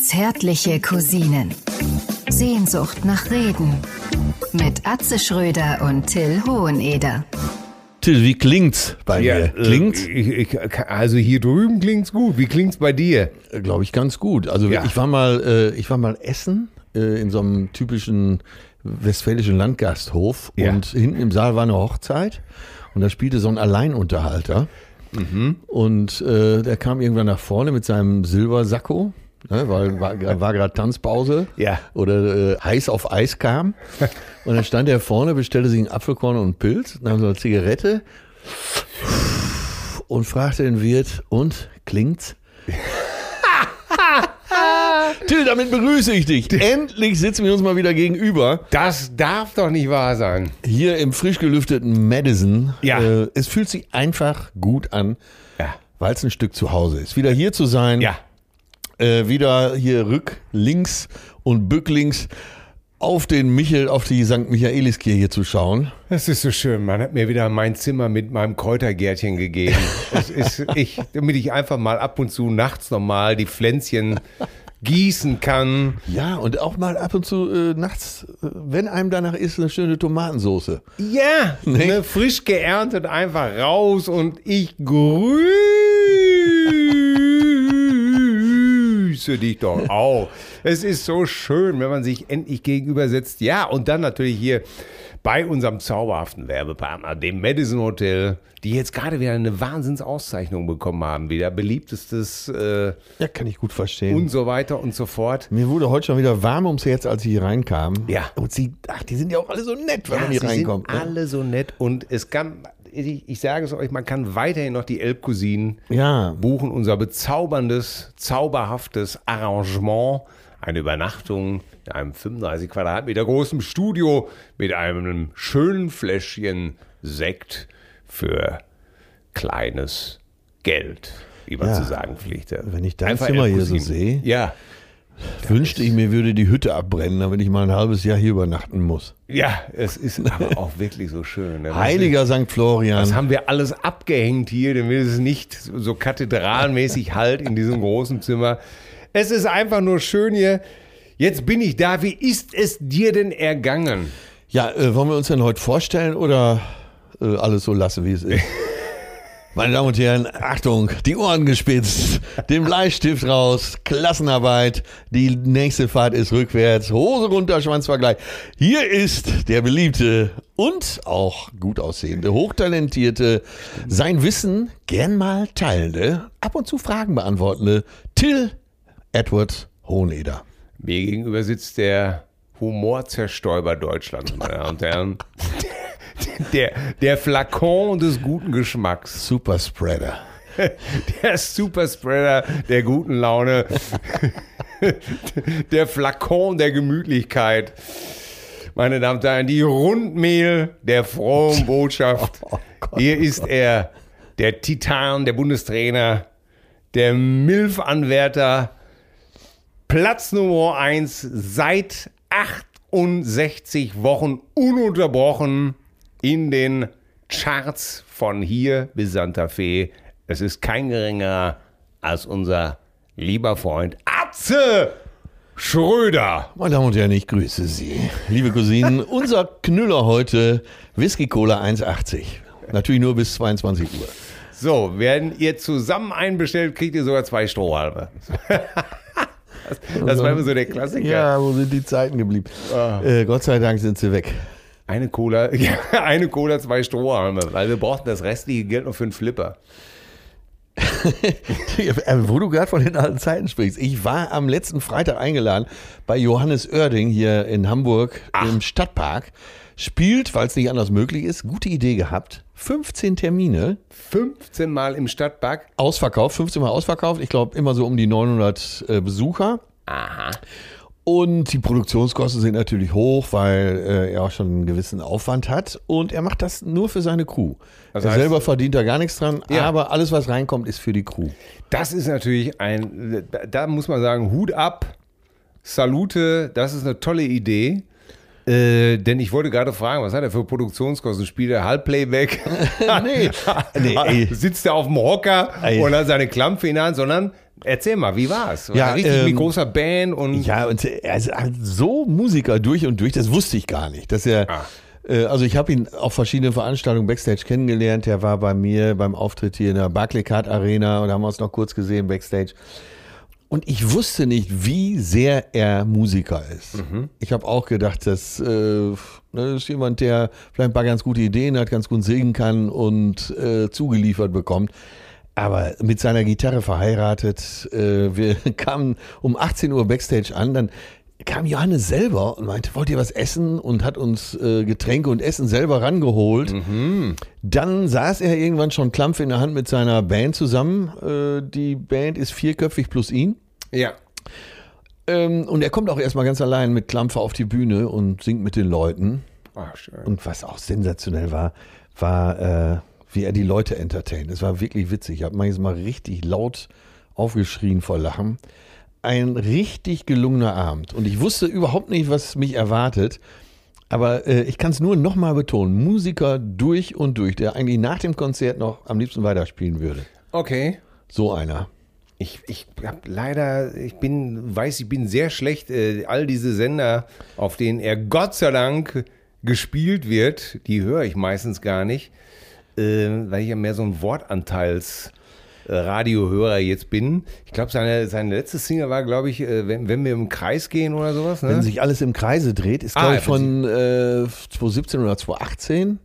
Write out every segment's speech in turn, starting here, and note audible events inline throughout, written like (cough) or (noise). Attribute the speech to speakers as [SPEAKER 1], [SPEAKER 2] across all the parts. [SPEAKER 1] Zärtliche Cousinen. Sehnsucht nach Reden. Mit Atze Schröder und Till Hoheneder.
[SPEAKER 2] Till, wie klingt's bei dir?
[SPEAKER 3] äh,
[SPEAKER 2] Klingt's?
[SPEAKER 3] Ich, ich, also hier drüben klingt's gut. Wie klingt's bei dir?
[SPEAKER 2] glaube äh, ich, ganz gut. Also
[SPEAKER 3] Ja.
[SPEAKER 2] ich war mal, äh, ich war mal essen äh, in so einem typischen westfälischen Landgasthof
[SPEAKER 3] Ja.
[SPEAKER 2] und hinten im Saal war eine Hochzeit und da spielte so ein Alleinunterhalter und äh, der kam irgendwann nach vorne mit seinem Silbersacko. Ne, weil war, war gerade Tanzpause
[SPEAKER 3] Ja.
[SPEAKER 2] oder äh, heiß auf Eis
[SPEAKER 3] (laughs)
[SPEAKER 2] kam. Und dann stand er vorne, bestellte sich einen Apfelkorn und einen Pilz, nahm so eine Zigarette und fragte den Wirt, und
[SPEAKER 3] (laughs)
[SPEAKER 2] klingt's? Till, damit begrüße ich dich. Endlich sitzen wir uns mal wieder gegenüber.
[SPEAKER 3] Das darf doch nicht wahr sein.
[SPEAKER 2] Hier im frisch gelüfteten Madison.
[SPEAKER 3] Ja.
[SPEAKER 2] Äh, es fühlt sich einfach gut an,
[SPEAKER 3] Ja.
[SPEAKER 2] weil es ein Stück zu Hause ist. Wieder hier zu sein.
[SPEAKER 3] Ja.
[SPEAKER 2] Äh, wieder hier rück, links und bücklings auf den Michel, auf die St. Michaeliskirche zu schauen.
[SPEAKER 3] Das ist so schön. Man hat mir wieder mein Zimmer mit meinem Kräutergärtchen gegeben. Das ist ich, damit ich einfach mal ab und zu nachts nochmal die Pflänzchen gießen kann.
[SPEAKER 2] Ja, und auch mal ab und zu äh, nachts, äh, wenn einem danach ist, eine schöne Tomatensoße.
[SPEAKER 3] Ja,
[SPEAKER 2] Nee.
[SPEAKER 3] ne, frisch geerntet einfach raus und ich grüße dich doch auch. Es ist so schön, wenn man sich endlich gegenübersetzt. Ja, und dann natürlich hier bei unserem zauberhaften Werbepartner, dem Madison Hotel, die jetzt gerade wieder eine Wahnsinnsauszeichnung bekommen haben, wieder beliebtestes äh,
[SPEAKER 2] Ja, kann ich gut verstehen.
[SPEAKER 3] und so weiter und so fort.
[SPEAKER 2] Mir wurde heute schon wieder warm ums Herz, als ich hier reinkam.
[SPEAKER 3] Ja.
[SPEAKER 2] Und sie, ach, die sind ja auch alle so nett, wenn man hier
[SPEAKER 3] sie
[SPEAKER 2] reinkommt. ne?
[SPEAKER 3] Sind alle so nett und es kann, ich, ich sage es euch, man kann weiterhin noch die Elbcousinen
[SPEAKER 2] Ja.
[SPEAKER 3] buchen, unser bezauberndes, zauberhaftes Arrangement, eine Übernachtung in einem 35 Quadratmeter großen Studio mit einem schönen Fläschchen Sekt für kleines Geld, wie man
[SPEAKER 2] Ja.
[SPEAKER 3] zu sagen pflegte.
[SPEAKER 2] Wenn ich dein
[SPEAKER 3] Einfach
[SPEAKER 2] Zimmer hier so
[SPEAKER 3] Elbcousinen.
[SPEAKER 2] sehe.
[SPEAKER 3] Ja,
[SPEAKER 2] Wünschte ich mir, würde die Hütte abbrennen, damit ich mal ein halbes Jahr hier übernachten muss.
[SPEAKER 3] ja, es ist aber auch wirklich so
[SPEAKER 2] (laughs)
[SPEAKER 3] schön. ne?
[SPEAKER 2] Heiliger St. Florian.
[SPEAKER 3] Das haben wir alles abgehängt hier, damit es nicht so kathedralmäßig halt in diesem großen Zimmer. Es ist einfach nur schön hier. Jetzt bin ich da. Wie ist es dir denn ergangen?
[SPEAKER 2] ja, äh, wollen wir uns denn heute vorstellen oder äh, alles so lassen, wie es ist? Meine Damen und Herren, Achtung, die Ohren gespitzt, den Bleistift raus, Klassenarbeit, die nächste Fahrt ist rückwärts, Hose runter, Schwanzvergleich. Hier ist der beliebte und auch gut aussehende, hochtalentierte, sein Wissen gern mal teilende, ab und zu Fragen beantwortende Till Edward Hoheneder.
[SPEAKER 3] Mir gegenüber sitzt der Humorzerstöber Deutschlands, meine Damen und Herren. Der, der Flakon des guten Geschmacks,
[SPEAKER 2] Super Spreader.
[SPEAKER 3] der Superspreader der guten Laune, der Flakon der Gemütlichkeit. Meine Damen und Herren, die Rundmehl der frohen Botschaft. Hier ist er, der Titan, der Bundestrainer, der Milf-Anwärter, Platz Nummer 1 seit 68 Wochen ununterbrochen in den Charts von hier bis Santa Fe. Es ist kein geringerer als unser lieber Freund Atze Schröder.
[SPEAKER 2] Meine Damen und Herren, ich grüße Sie. Liebe Cousinen, unser Knüller heute, Whisky Cola 1,80. Natürlich nur bis 22 Uhr.
[SPEAKER 3] So, werden ihr zusammen einbestellt, kriegt ihr sogar zwei Strohhalme. Das, das war immer so der Klassiker.
[SPEAKER 2] wo sind die Zeiten geblieben? Äh, Gott sei Dank sind sie weg.
[SPEAKER 3] Eine Cola, (laughs) ja, eine Cola, zwei Strohhalme, weil wir brauchten das restliche Geld noch für einen Flipper.
[SPEAKER 2] Äh, Wo du gerade von den alten Zeiten sprichst. Ich war am letzten Freitag eingeladen bei Johannes Oerding hier in Hamburg im Stadtpark. Spielt, weil es nicht anders möglich ist, gute Idee gehabt. 15 Termine,
[SPEAKER 3] 15 Mal im Stadtpark.
[SPEAKER 2] ausverkauft, 15 Mal ausverkauft. Ich glaube immer so um die 900 äh, Besucher.
[SPEAKER 3] Aha.
[SPEAKER 2] Und die Produktionskosten sind natürlich hoch, weil äh, er auch schon einen gewissen Aufwand hat. Und er macht das nur für seine Crew.
[SPEAKER 3] Das
[SPEAKER 2] er
[SPEAKER 3] heißt-
[SPEAKER 2] selber verdient da gar nichts dran,
[SPEAKER 3] Ja.
[SPEAKER 2] aber alles, was reinkommt, ist für die Crew.
[SPEAKER 3] Das ist natürlich ein, da, da muss man sagen, Hut ab, Salute, das ist eine tolle Idee. Äh, denn ich wollte gerade fragen, was hat er für Produktionskosten? Spielt er Halbplayback?
[SPEAKER 2] (laughs) nee, nee ey,
[SPEAKER 3] (laughs) Sitzt er auf dem Hocker
[SPEAKER 2] Ey.
[SPEAKER 3] und hat seine Klampfe in der Hand, sondern Erzähl mal, wie war's? War
[SPEAKER 2] Ja,
[SPEAKER 3] richtig
[SPEAKER 2] ähm,
[SPEAKER 3] mit großer Band und
[SPEAKER 2] Ja, und er ist halt so Musiker durch und durch, das wusste ich gar nicht, dass er.
[SPEAKER 3] Ah.
[SPEAKER 2] äh, Also ich habe ihn auf verschiedenen Veranstaltungen Backstage kennengelernt. Er war bei mir beim Auftritt hier in der Barclaycard Arena und haben uns noch kurz gesehen Backstage. Und ich wusste nicht, wie sehr er Musiker ist. Ich habe auch gedacht, dass, äh, ne, das ist jemand, der vielleicht ein paar ganz gute Ideen hat, ganz gut singen kann und äh, zugeliefert bekommt. Aber mit seiner Gitarre verheiratet, äh, wir (laughs) kamen um 18 Uhr Backstage an, dann kam Johannes selber und meinte, wollt ihr was essen? Und hat uns äh, Getränke und Essen selber rangeholt. Dann saß er irgendwann schon Klampf in der Hand mit seiner Band zusammen. Äh, die Band ist vierköpfig plus ihn.
[SPEAKER 3] ja.
[SPEAKER 2] Ähm, und er kommt auch erstmal ganz allein mit Klampfer auf die Bühne und singt mit den Leuten.
[SPEAKER 3] Ah, schön.
[SPEAKER 2] Und was auch sensationell war, war, äh, wie er die Leute entertaint. Es war wirklich witzig. Ich habe manches Mal richtig laut aufgeschrien vor Lachen. Ein richtig gelungener Abend. Und ich wusste überhaupt nicht, was mich erwartet. Aber äh, ich kann es nur nochmal betonen: Musiker durch und durch, der eigentlich nach dem Konzert noch am liebsten weiterspielen würde.
[SPEAKER 3] Okay.
[SPEAKER 2] So einer.
[SPEAKER 3] Ich, ich hab leider, ich bin, weiß, ich bin sehr schlecht, äh, all diese Sender, auf denen er Gott sei Dank gespielt wird, die höre ich meistens gar nicht, äh, weil ich ja mehr so ein Wortanteils äh, Radiohörer jetzt bin. Ich glaube, seine, seine letzte Single war, glaube ich, äh, wenn, wenn wir im Kreis gehen oder sowas. Ne?
[SPEAKER 2] Wenn sich alles im Kreise dreht, ist, glaube
[SPEAKER 3] Ah,
[SPEAKER 2] ich, von äh, 2017 oder 2018.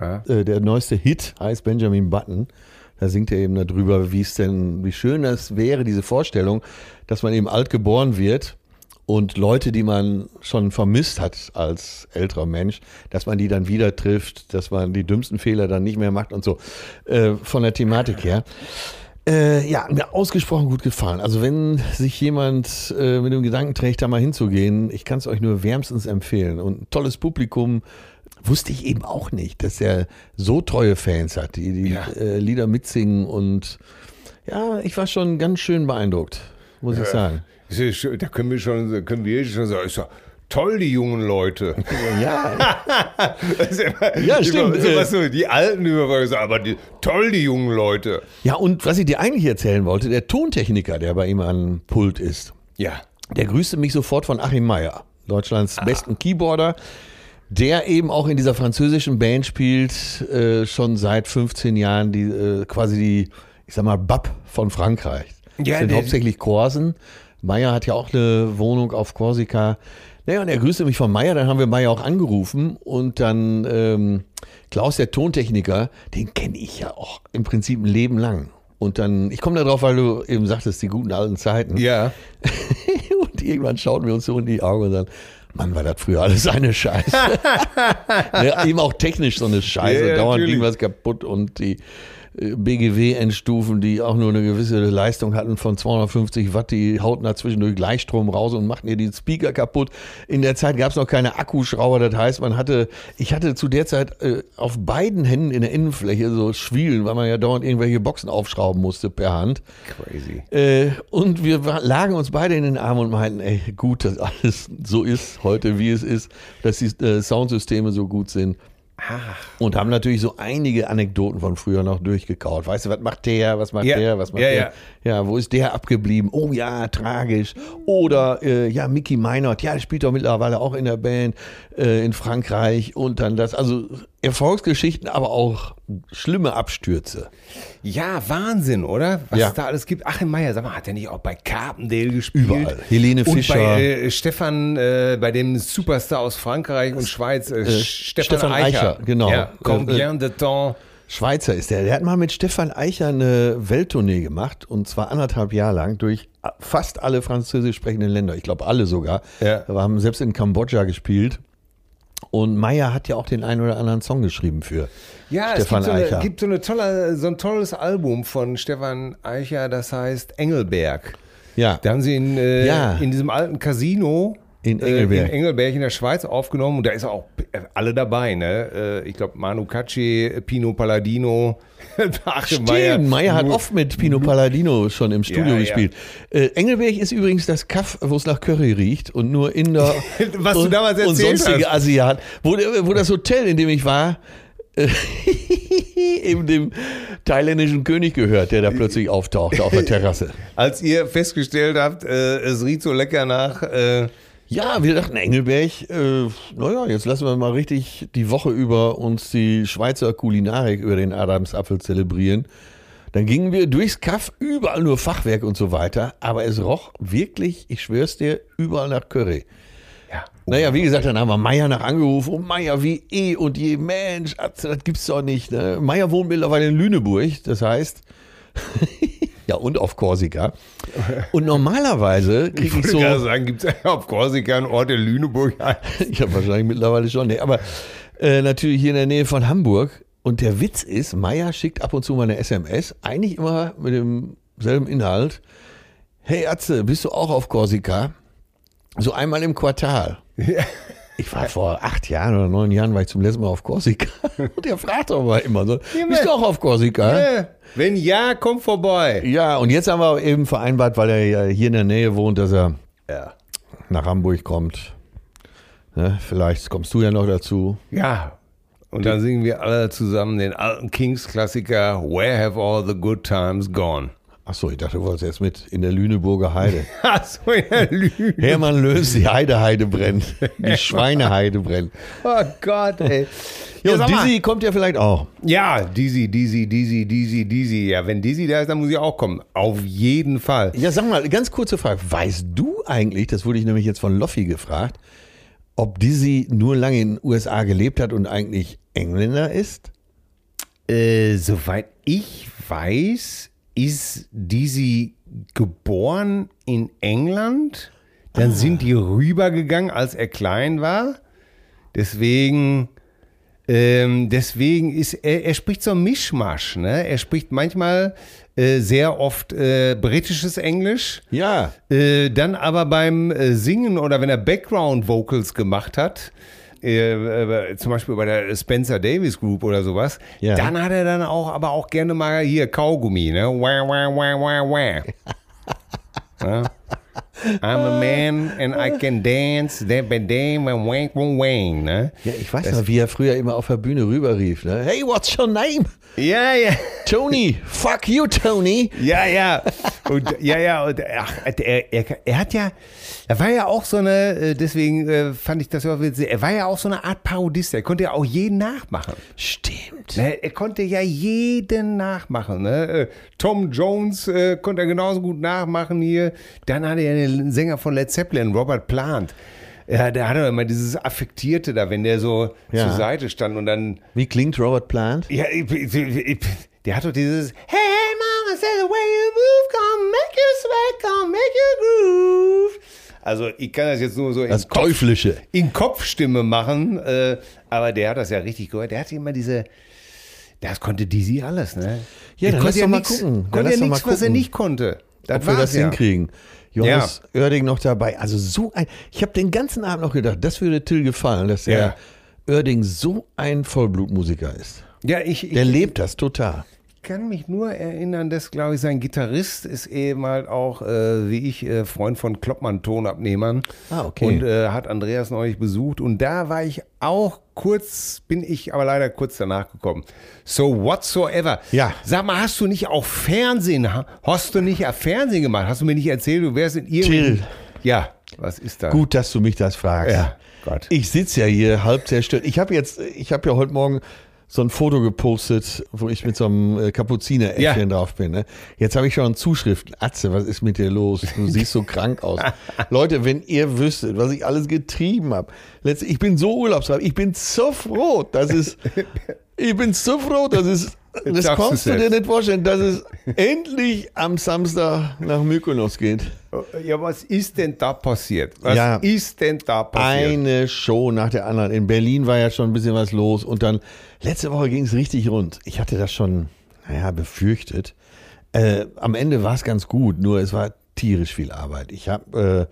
[SPEAKER 3] Ja.
[SPEAKER 2] Äh, der neueste Hit heißt Benjamin Button. Da singt er eben darüber, wie es denn, wie schön das wäre, diese Vorstellung, dass man eben alt geboren wird und Leute, die man schon vermisst hat als älterer Mensch, dass man die dann wieder trifft, dass man die dümmsten Fehler dann nicht mehr macht und so. Äh, von der Thematik her. Äh, ja, mir ausgesprochen gut gefallen. Also wenn sich jemand äh, mit dem Gedanken trägt, da mal hinzugehen, ich kann es euch nur wärmstens empfehlen. Und ein tolles Publikum wusste ich eben auch nicht, dass er so treue Fans hat, die die
[SPEAKER 3] Ja.
[SPEAKER 2] äh, Lieder mitsingen. Und ja, ich war schon ganz schön beeindruckt, muss ich sagen.
[SPEAKER 3] Ist ja schön, Da können wir schon, können wir schon sagen, ist ja toll, die jungen Leute.
[SPEAKER 2] Ja,
[SPEAKER 3] Das ist (laughs) immer,
[SPEAKER 2] Ja, stimmt. äh.
[SPEAKER 3] Immer, sowas so, die Alten immer gesagt, aber die, toll, die jungen Leute.
[SPEAKER 2] ja, und was ich dir eigentlich erzählen wollte, der Tontechniker, der bei ihm an Pult ist,
[SPEAKER 3] Ja.
[SPEAKER 2] Der grüßte mich sofort von Achim Meyer,
[SPEAKER 3] Ah.
[SPEAKER 2] Deutschlands besten Keyboarder, der eben auch in dieser französischen Band spielt, äh, schon seit 15 Jahren, die äh, quasi die, ich sag mal, Bab von Frankreich. Das
[SPEAKER 3] Ja,
[SPEAKER 2] sind
[SPEAKER 3] der-
[SPEAKER 2] hauptsächlich Korsen. Meyer hat ja auch eine Wohnung auf Korsika. Naja, und er grüßte mich von Meyer, dann haben wir Meyer auch angerufen und dann ähm, Klaus, der Tontechniker, den kenne ich ja auch im Prinzip ein Leben lang. Und dann, ich komme da drauf, weil du eben sagtest, die guten alten Zeiten.
[SPEAKER 3] Ja.
[SPEAKER 2] (laughs) Und irgendwann schauen wir uns so in die Augen und sagen, Mann, war das früher alles eine Scheiße.
[SPEAKER 3] (laughs)
[SPEAKER 2] ja, eben auch technisch so eine Scheiße.
[SPEAKER 3] Ja, ja,
[SPEAKER 2] Dauernd
[SPEAKER 3] natürlich.
[SPEAKER 2] ging was kaputt und die äh, BGW-Endstufen, die auch nur eine gewisse Leistung hatten von 250 Watt, die hauten da zwischendurch Gleichstrom raus und machten ihr die Speaker kaputt. In der Zeit gab es noch keine Akkuschrauber, das heißt, man hatte, ich hatte zu der Zeit äh, auf beiden Händen in der Innenfläche so Schwielen, weil man ja dauernd irgendwelche Boxen aufschrauben musste per Hand.
[SPEAKER 3] Crazy.
[SPEAKER 2] Äh, und wir wa- lagen uns beide in den Armen und meinten, ey, gut, dass alles so ist heute, wie es ist, dass die äh, Soundsysteme so gut sind. Und haben natürlich so einige Anekdoten von früher noch durchgekaut. Weißt du, was macht der, was macht
[SPEAKER 3] Ja.
[SPEAKER 2] der, was macht
[SPEAKER 3] Ja,
[SPEAKER 2] der? Ja, wo ist der abgeblieben? Oh ja, tragisch. Oder äh, ja, Mickey Meinert, ja, der spielt doch mittlerweile auch in der Band äh, in Frankreich und dann das. Also Erfolgsgeschichten, aber auch schlimme Abstürze.
[SPEAKER 3] Ja, Wahnsinn, oder? Was
[SPEAKER 2] Ja.
[SPEAKER 3] es da alles gibt. Achim Meier, sag mal, hat er nicht auch bei Carpendale gespielt?
[SPEAKER 2] Überall. Helene Fischer.
[SPEAKER 3] Und bei äh, Stefan, äh, bei dem Superstar aus Frankreich und Schweiz, äh, Stefan,
[SPEAKER 2] Stefan
[SPEAKER 3] Eicher.
[SPEAKER 2] Eicher, genau.
[SPEAKER 3] Ja, combien de temps?
[SPEAKER 2] Schweizer ist der. Der hat mal mit Stefan Eicher eine Welttournee gemacht und zwar anderthalb Jahre lang durch fast alle französisch sprechenden Länder. Ich glaube, alle sogar.
[SPEAKER 3] Ja.
[SPEAKER 2] Wir haben selbst in Kambodscha gespielt. Und Meyer hat ja auch den einen oder anderen Song geschrieben für
[SPEAKER 3] Ja,
[SPEAKER 2] Stefan
[SPEAKER 3] es gibt, so,
[SPEAKER 2] Eicher.
[SPEAKER 3] eine, gibt so, eine tolle, so ein tolles Album von Stefan Eicher, das heißt Engelberg.
[SPEAKER 2] ja.
[SPEAKER 3] Da haben sie in, äh,
[SPEAKER 2] Ja.
[SPEAKER 3] in diesem alten Casino
[SPEAKER 2] In
[SPEAKER 3] äh,
[SPEAKER 2] Engelberg.
[SPEAKER 3] in, Engelberg in der Schweiz aufgenommen und da ist auch äh, alle dabei, ne? Äh, Ich glaube Manu Katchi, Pino Palladino, (laughs) Achim Meier.
[SPEAKER 2] Stimmt, Meyer hat oft mit Pino Palladino schon im Studio
[SPEAKER 3] Mhm. Ja, ja.
[SPEAKER 2] gespielt. Äh, Engelberg ist übrigens das Kaff, wo es nach Curry riecht und nur Inder
[SPEAKER 3] (laughs) Was du
[SPEAKER 2] und,
[SPEAKER 3] damals
[SPEAKER 2] und
[SPEAKER 3] erzählt
[SPEAKER 2] sonstige Asiaten. Wo, wo das Hotel, in dem ich war, (laughs) eben dem thailändischen König gehört, der da plötzlich auftaucht auf der
[SPEAKER 3] (laughs)
[SPEAKER 2] Terrasse.
[SPEAKER 3] Als ihr festgestellt habt, äh, es riecht so lecker nach, äh,
[SPEAKER 2] Ja, wir dachten, Engelberg, äh, naja, jetzt lassen wir mal richtig die Woche über uns die Schweizer Kulinarik über den Adamsapfel zelebrieren. Dann gingen wir durchs Kaff, überall nur Fachwerk und so weiter, aber es roch wirklich, ich schwör's dir, überall nach Curry.
[SPEAKER 3] ja.
[SPEAKER 2] Naja, wie gesagt, dann haben wir Meier nach angerufen und Meier wie eh und je, Mensch, Atze, das gibt's doch nicht. Ne? Meier wohnt mittlerweile in Lüneburg, das heißt, (laughs) ja und auf Korsika. Und normalerweise
[SPEAKER 3] ich
[SPEAKER 2] kriege ich
[SPEAKER 3] würde
[SPEAKER 2] so...
[SPEAKER 3] gerade sagen, gibt es (laughs) auf Korsika einen Ort in Lüneburg?
[SPEAKER 2] (laughs) Ich habe wahrscheinlich mittlerweile schon. Nee, aber äh, natürlich hier in der Nähe von Hamburg. Und der Witz ist, Meier schickt ab und zu mal eine SMS, eigentlich immer mit demselben Inhalt. Hey Atze, bist du auch auf Korsika? So einmal im Quartal. Ich war vor acht Jahren oder neun Jahren, war ich zum letzten Mal auf Korsika. (laughs) Und der fragt doch mal immer so, bist du auch auf Korsika?
[SPEAKER 3] Äh, Wenn ja, komm vorbei.
[SPEAKER 2] Ja, und jetzt haben wir eben vereinbart, weil er ja hier in der Nähe wohnt, dass er
[SPEAKER 3] Ja.
[SPEAKER 2] nach Hamburg kommt. Ne? Vielleicht kommst du ja noch dazu.
[SPEAKER 3] ja. Und dann singen wir alle zusammen den alten Kings-Klassiker Where Have All the Good Times Gone? (laughs)
[SPEAKER 2] Achso, ich dachte, du wolltest jetzt mit in der Lüneburger Heide. (laughs)
[SPEAKER 3] Achso, ja, Lüneburg.
[SPEAKER 2] Hermann Löws, die Heideheide brennt. (laughs) Die Schweineheide brennt.
[SPEAKER 3] Oh Gott, (laughs) ey.
[SPEAKER 2] Ja,
[SPEAKER 3] sag
[SPEAKER 2] und
[SPEAKER 3] mal.
[SPEAKER 2] Dizzy kommt ja vielleicht auch.
[SPEAKER 3] Ja, Dizzy, Dizzy, Dizzy, Dizzy, Dizzy. Ja, wenn Dizzy da ist, dann muss ich auch kommen. Auf jeden Fall.
[SPEAKER 2] Ja, sag mal, ganz kurze Frage. Weißt du eigentlich, das wurde ich nämlich jetzt von Loffi gefragt, ob Dizzy nur lange in den USA gelebt hat und eigentlich Engländer ist?
[SPEAKER 3] Äh, soweit ich weiß, ist Dizzy geboren in England. Dann sind die rübergegangen, als er klein war. Deswegen, ähm, deswegen ist er, er spricht so ein Mischmasch. Ne? Er spricht manchmal äh, sehr oft äh, britisches Englisch.
[SPEAKER 2] Ja.
[SPEAKER 3] Äh, dann aber beim äh, Singen oder wenn er Background Vocals gemacht hat, äh, äh, zum Beispiel bei der Spencer Davis Group oder sowas,
[SPEAKER 2] Ja.
[SPEAKER 3] dann hat er dann auch, aber auch gerne mal hier Kaugummi, ne? Wah, wah, wah, wah, wah. (laughs) ja? I'm a man and I can dance, that bad damn, and wank, wank, wank, ne?
[SPEAKER 2] Ja, ich weiß noch, wie er früher immer auf der Bühne rüberrief. Ne? Hey, what's your name?
[SPEAKER 3] Ja, ja.
[SPEAKER 2] (laughs) Tony. Fuck you, Tony.
[SPEAKER 3] Ja, ja. Und ja, ja, und ach, er, er, er hat ja, er war ja auch so eine, äh, deswegen äh, fand ich das ja auch witzig, er war ja auch so eine Art Parodist, er konnte ja auch jeden nachmachen.
[SPEAKER 2] Stimmt.
[SPEAKER 3] Ne, Er konnte ja jeden nachmachen. Ne? Äh, Tom Jones äh, konnte er genauso gut nachmachen hier. Dann hatte er den Sänger von Led Zeppelin, Robert Plant. Ja, der hatte immer dieses Affektierte da, wenn der so
[SPEAKER 2] Ja.
[SPEAKER 3] zur Seite stand und dann
[SPEAKER 2] Wie klingt Robert Plant?
[SPEAKER 3] ja, ich- ich- ich- der hat doch dieses Hey, hey, Mama, say the way you move, come make you sweat, come make you groove. Also ich kann das jetzt nur so in,
[SPEAKER 2] Das Teuflische.
[SPEAKER 3] in Kopfstimme machen, äh, aber der hat das ja richtig gehört. Der hatte immer diese, das konnte Dizzy alles, ne?
[SPEAKER 2] Ja,
[SPEAKER 3] Der
[SPEAKER 2] dann lass
[SPEAKER 3] konnte
[SPEAKER 2] doch mal
[SPEAKER 3] nix-
[SPEAKER 2] gucken. Dann lass
[SPEAKER 3] Konnte ja
[SPEAKER 2] doch mal
[SPEAKER 3] nichts, was er
[SPEAKER 2] gucken.
[SPEAKER 3] nicht konnte. Das
[SPEAKER 2] ob wir das
[SPEAKER 3] war's ja.
[SPEAKER 2] hinkriegen. Johannes Oerding noch dabei. Also so ein, ich habe den ganzen Abend noch gedacht, das würde Till gefallen, dass der
[SPEAKER 3] Ja.
[SPEAKER 2] Oerding so ein Vollblutmusiker ist.
[SPEAKER 3] Ja, ich, ich
[SPEAKER 2] Der lebt das total.
[SPEAKER 3] kann mich nur erinnern, dass, glaube ich, sein Gitarrist ist eben halt auch, äh, wie ich, äh, Freund von Kloppmann Tonabnehmern.
[SPEAKER 2] Ah, okay.
[SPEAKER 3] Und äh, hat Andreas neulich besucht. Und da war ich auch kurz, bin ich aber leider kurz danach gekommen. So whatsoever.
[SPEAKER 2] Ja.
[SPEAKER 3] Sag mal, hast du nicht auch Fernsehen, ha- hast du nicht ja Fernsehen gemacht? Hast du mir nicht erzählt, du wärst in ihrem...
[SPEAKER 2] Till.
[SPEAKER 3] Ja, was ist da?
[SPEAKER 2] Gut, dass du mich das fragst.
[SPEAKER 3] Ja, Gott.
[SPEAKER 2] Ich sitze ja hier halb zerstört. Ich habe jetzt, ich habe ja heute Morgen so ein Foto gepostet, wo ich mit so einem äh, Kapuzineräffchen drauf bin. Ne? Jetzt habe ich schon Zuschriften. Atze, was ist mit dir los? Du siehst so krank
[SPEAKER 3] (laughs)
[SPEAKER 2] aus. Leute, wenn ihr wüsstet, was ich alles getrieben habe. Letztlich, ich bin so urlaubsreif. Ich bin so froh, dass
[SPEAKER 3] (laughs)
[SPEAKER 2] es, ich bin so froh, dass es, das
[SPEAKER 3] Darfst
[SPEAKER 2] konntest du
[SPEAKER 3] du's
[SPEAKER 2] dir
[SPEAKER 3] jetzt?
[SPEAKER 2] nicht vorstellen, dass es endlich am Samstag nach Mykonos geht.
[SPEAKER 3] Ja, was ist denn da passiert? Was
[SPEAKER 2] Ja.
[SPEAKER 3] ist denn da passiert?
[SPEAKER 2] Eine Show nach der anderen. In Berlin war ja schon ein bisschen was los und dann letzte Woche ging es richtig rund. Ich hatte das schon, naja, befürchtet. Äh, am Ende war es ganz gut, nur es war tierisch viel Arbeit. Ich hab, äh,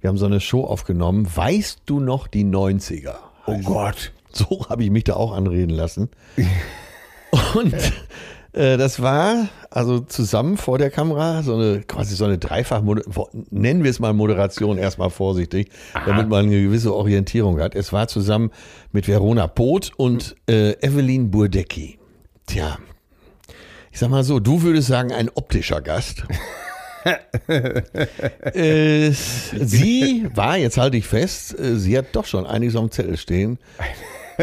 [SPEAKER 2] wir haben so eine Show aufgenommen. Weißt du noch die 90er?
[SPEAKER 3] oh Gott.
[SPEAKER 2] So habe ich mich da auch anreden lassen. Und Äh, das war also zusammen vor der Kamera so eine quasi so eine dreifach nennen wir es mal Moderation erstmal vorsichtig, damit man eine gewisse Orientierung hat. Es war zusammen mit Verona Poth und äh, Evelyn Burdecki. Tja, ich sag mal so, du würdest sagen ein optischer Gast. äh, sie war, jetzt halte ich fest, äh, sie hat doch schon einiges auf dem Zettel stehen.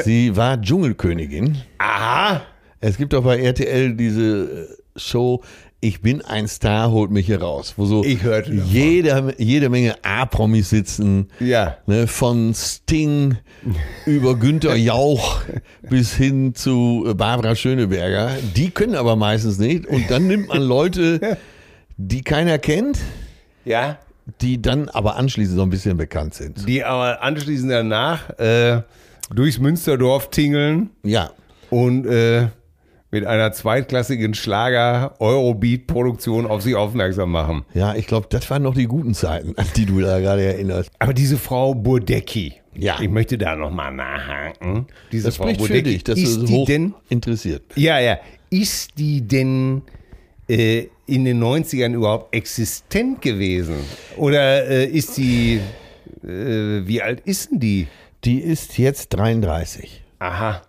[SPEAKER 2] Sie war Dschungelkönigin.
[SPEAKER 3] Aha.
[SPEAKER 2] Es gibt doch bei RTL diese äh, Show Ich bin ein Star, holt mich hier raus, wo so
[SPEAKER 3] Ich hörte davon.
[SPEAKER 2] jede, jede Menge A-Promis sitzen.
[SPEAKER 3] Ja.
[SPEAKER 2] Ne, von
[SPEAKER 3] (laughs)
[SPEAKER 2] Sting über Günter Jauch bis hin zu äh, Barbara Schöneberger. Die können aber meistens nicht. Und dann nimmt man Leute, die keiner kennt,
[SPEAKER 3] Ja.
[SPEAKER 2] die dann aber anschließend so ein bisschen bekannt sind.
[SPEAKER 3] Die aber anschließend danach äh, durchs Münsterdorf tingeln
[SPEAKER 2] Ja.
[SPEAKER 3] und äh, mit einer zweitklassigen Schlager-Eurobeat-Produktion auf sich aufmerksam machen.
[SPEAKER 2] Ja, ich glaube, das waren noch die guten Zeiten, an die du da gerade erinnerst.
[SPEAKER 3] Aber diese Frau Burdecki,
[SPEAKER 2] Ja.
[SPEAKER 3] ich möchte da nochmal nachhaken. Diese
[SPEAKER 2] Das
[SPEAKER 3] Frau
[SPEAKER 2] spricht für
[SPEAKER 3] Bodecki,
[SPEAKER 2] dich, dass
[SPEAKER 3] ist
[SPEAKER 2] du
[SPEAKER 3] die
[SPEAKER 2] hoch
[SPEAKER 3] denn
[SPEAKER 2] interessiert bist.
[SPEAKER 3] Ja, ja. Ist die denn äh, in den 90ern überhaupt existent gewesen? Oder äh, ist die, äh, wie alt ist denn die?
[SPEAKER 2] Die ist jetzt 33.
[SPEAKER 3] Aha.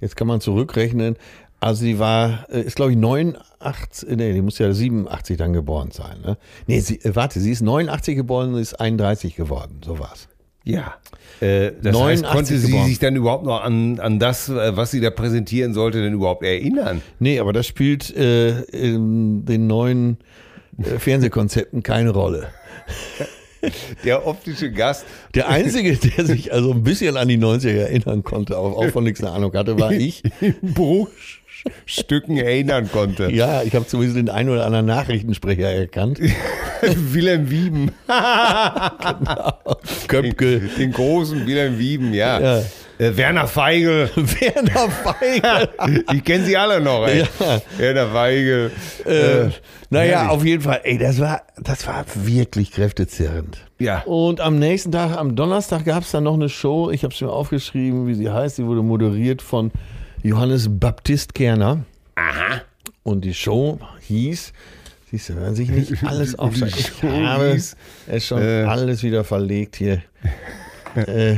[SPEAKER 2] Jetzt kann man zurückrechnen. Also die war, äh, ist glaube ich 89, nee, die muss ja 87 dann geboren sein. Ne? Nee, sie, äh, warte, sie ist 89 geboren und ist 31 geworden, so war's.
[SPEAKER 3] Ja. Äh, das
[SPEAKER 2] 89
[SPEAKER 3] heißt, konnte sie
[SPEAKER 2] geboren.
[SPEAKER 3] sich dann überhaupt noch an, an das, äh, was sie da präsentieren sollte, denn überhaupt erinnern?
[SPEAKER 2] Nee, aber das spielt äh, in den neuen äh, Fernsehkonzepten keine Rolle.
[SPEAKER 3] Der optische Gast.
[SPEAKER 2] Der Einzige, der sich also ein bisschen an die 90er erinnern konnte, auch, auch von nichts eine Ahnung hatte, war ich.
[SPEAKER 3] In (laughs) Bruchstücken erinnern konnte.
[SPEAKER 2] Ja, ich habe zumindest den einen oder anderen Nachrichtensprecher erkannt.
[SPEAKER 3] (laughs)
[SPEAKER 2] (laughs)
[SPEAKER 3] Wilhelm Wieben.
[SPEAKER 2] Genau. Köpke,
[SPEAKER 3] Den großen Wilhelm Wieben, ja.
[SPEAKER 2] Ja.
[SPEAKER 3] Äh,
[SPEAKER 2] (laughs)
[SPEAKER 3] Werner Feigl.
[SPEAKER 2] Werner
[SPEAKER 3] (laughs)
[SPEAKER 2] Feigl.
[SPEAKER 3] Die kennen sie alle noch, ey.
[SPEAKER 2] Ja.
[SPEAKER 3] Werner Weigel.
[SPEAKER 2] Äh, naja,
[SPEAKER 3] herrlich.
[SPEAKER 2] auf jeden Fall. Ey, das war, das war wirklich kräftezerrend.
[SPEAKER 3] Ja.
[SPEAKER 2] Und am nächsten Tag, am Donnerstag, gab es dann noch eine Show. Ich habe es mir aufgeschrieben, wie sie heißt. Sie wurde moderiert von Johannes Baptist Kerner.
[SPEAKER 3] Aha.
[SPEAKER 2] Und die Show hieß. Siehst du, hören sich nicht
[SPEAKER 3] (laughs)
[SPEAKER 2] alles auf.
[SPEAKER 3] Die
[SPEAKER 2] Ich
[SPEAKER 3] Show
[SPEAKER 2] habe
[SPEAKER 3] hieß,
[SPEAKER 2] es schon
[SPEAKER 3] äh,
[SPEAKER 2] alles wieder verlegt
[SPEAKER 3] (laughs)
[SPEAKER 2] hier. äh,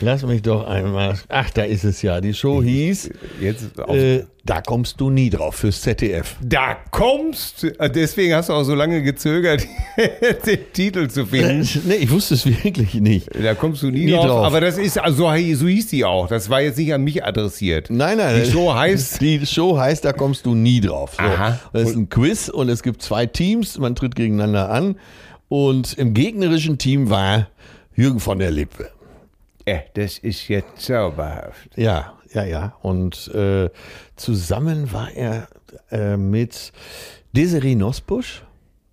[SPEAKER 2] lass mich doch einmal. Ach, da ist es ja. Die Show hieß.
[SPEAKER 3] Jetzt auf.
[SPEAKER 2] Äh, da kommst du nie drauf fürs ZDF.
[SPEAKER 3] da kommst. äh, Deswegen hast du auch so lange gezögert, (laughs) den Titel zu finden.
[SPEAKER 2] nee, ich wusste es (laughs) wirklich nicht.
[SPEAKER 3] Da kommst du nie,
[SPEAKER 2] Nie
[SPEAKER 3] drauf.
[SPEAKER 2] drauf.
[SPEAKER 3] Aber das ist, also so hieß die auch. Das war jetzt nicht an mich adressiert.
[SPEAKER 2] Nein, nein.
[SPEAKER 3] Die Show heißt-
[SPEAKER 2] Die Show heißt, da kommst du nie drauf. So.
[SPEAKER 3] Aha.
[SPEAKER 2] Das ist ein Quiz und es gibt zwei Teams, man tritt gegeneinander an. Und im gegnerischen Team war Jürgen von der Lippe.
[SPEAKER 3] Äh, das ist jetzt zauberhaft.
[SPEAKER 2] Ja, ja, ja. Und äh, zusammen war er äh, mit Desiree Nosbusch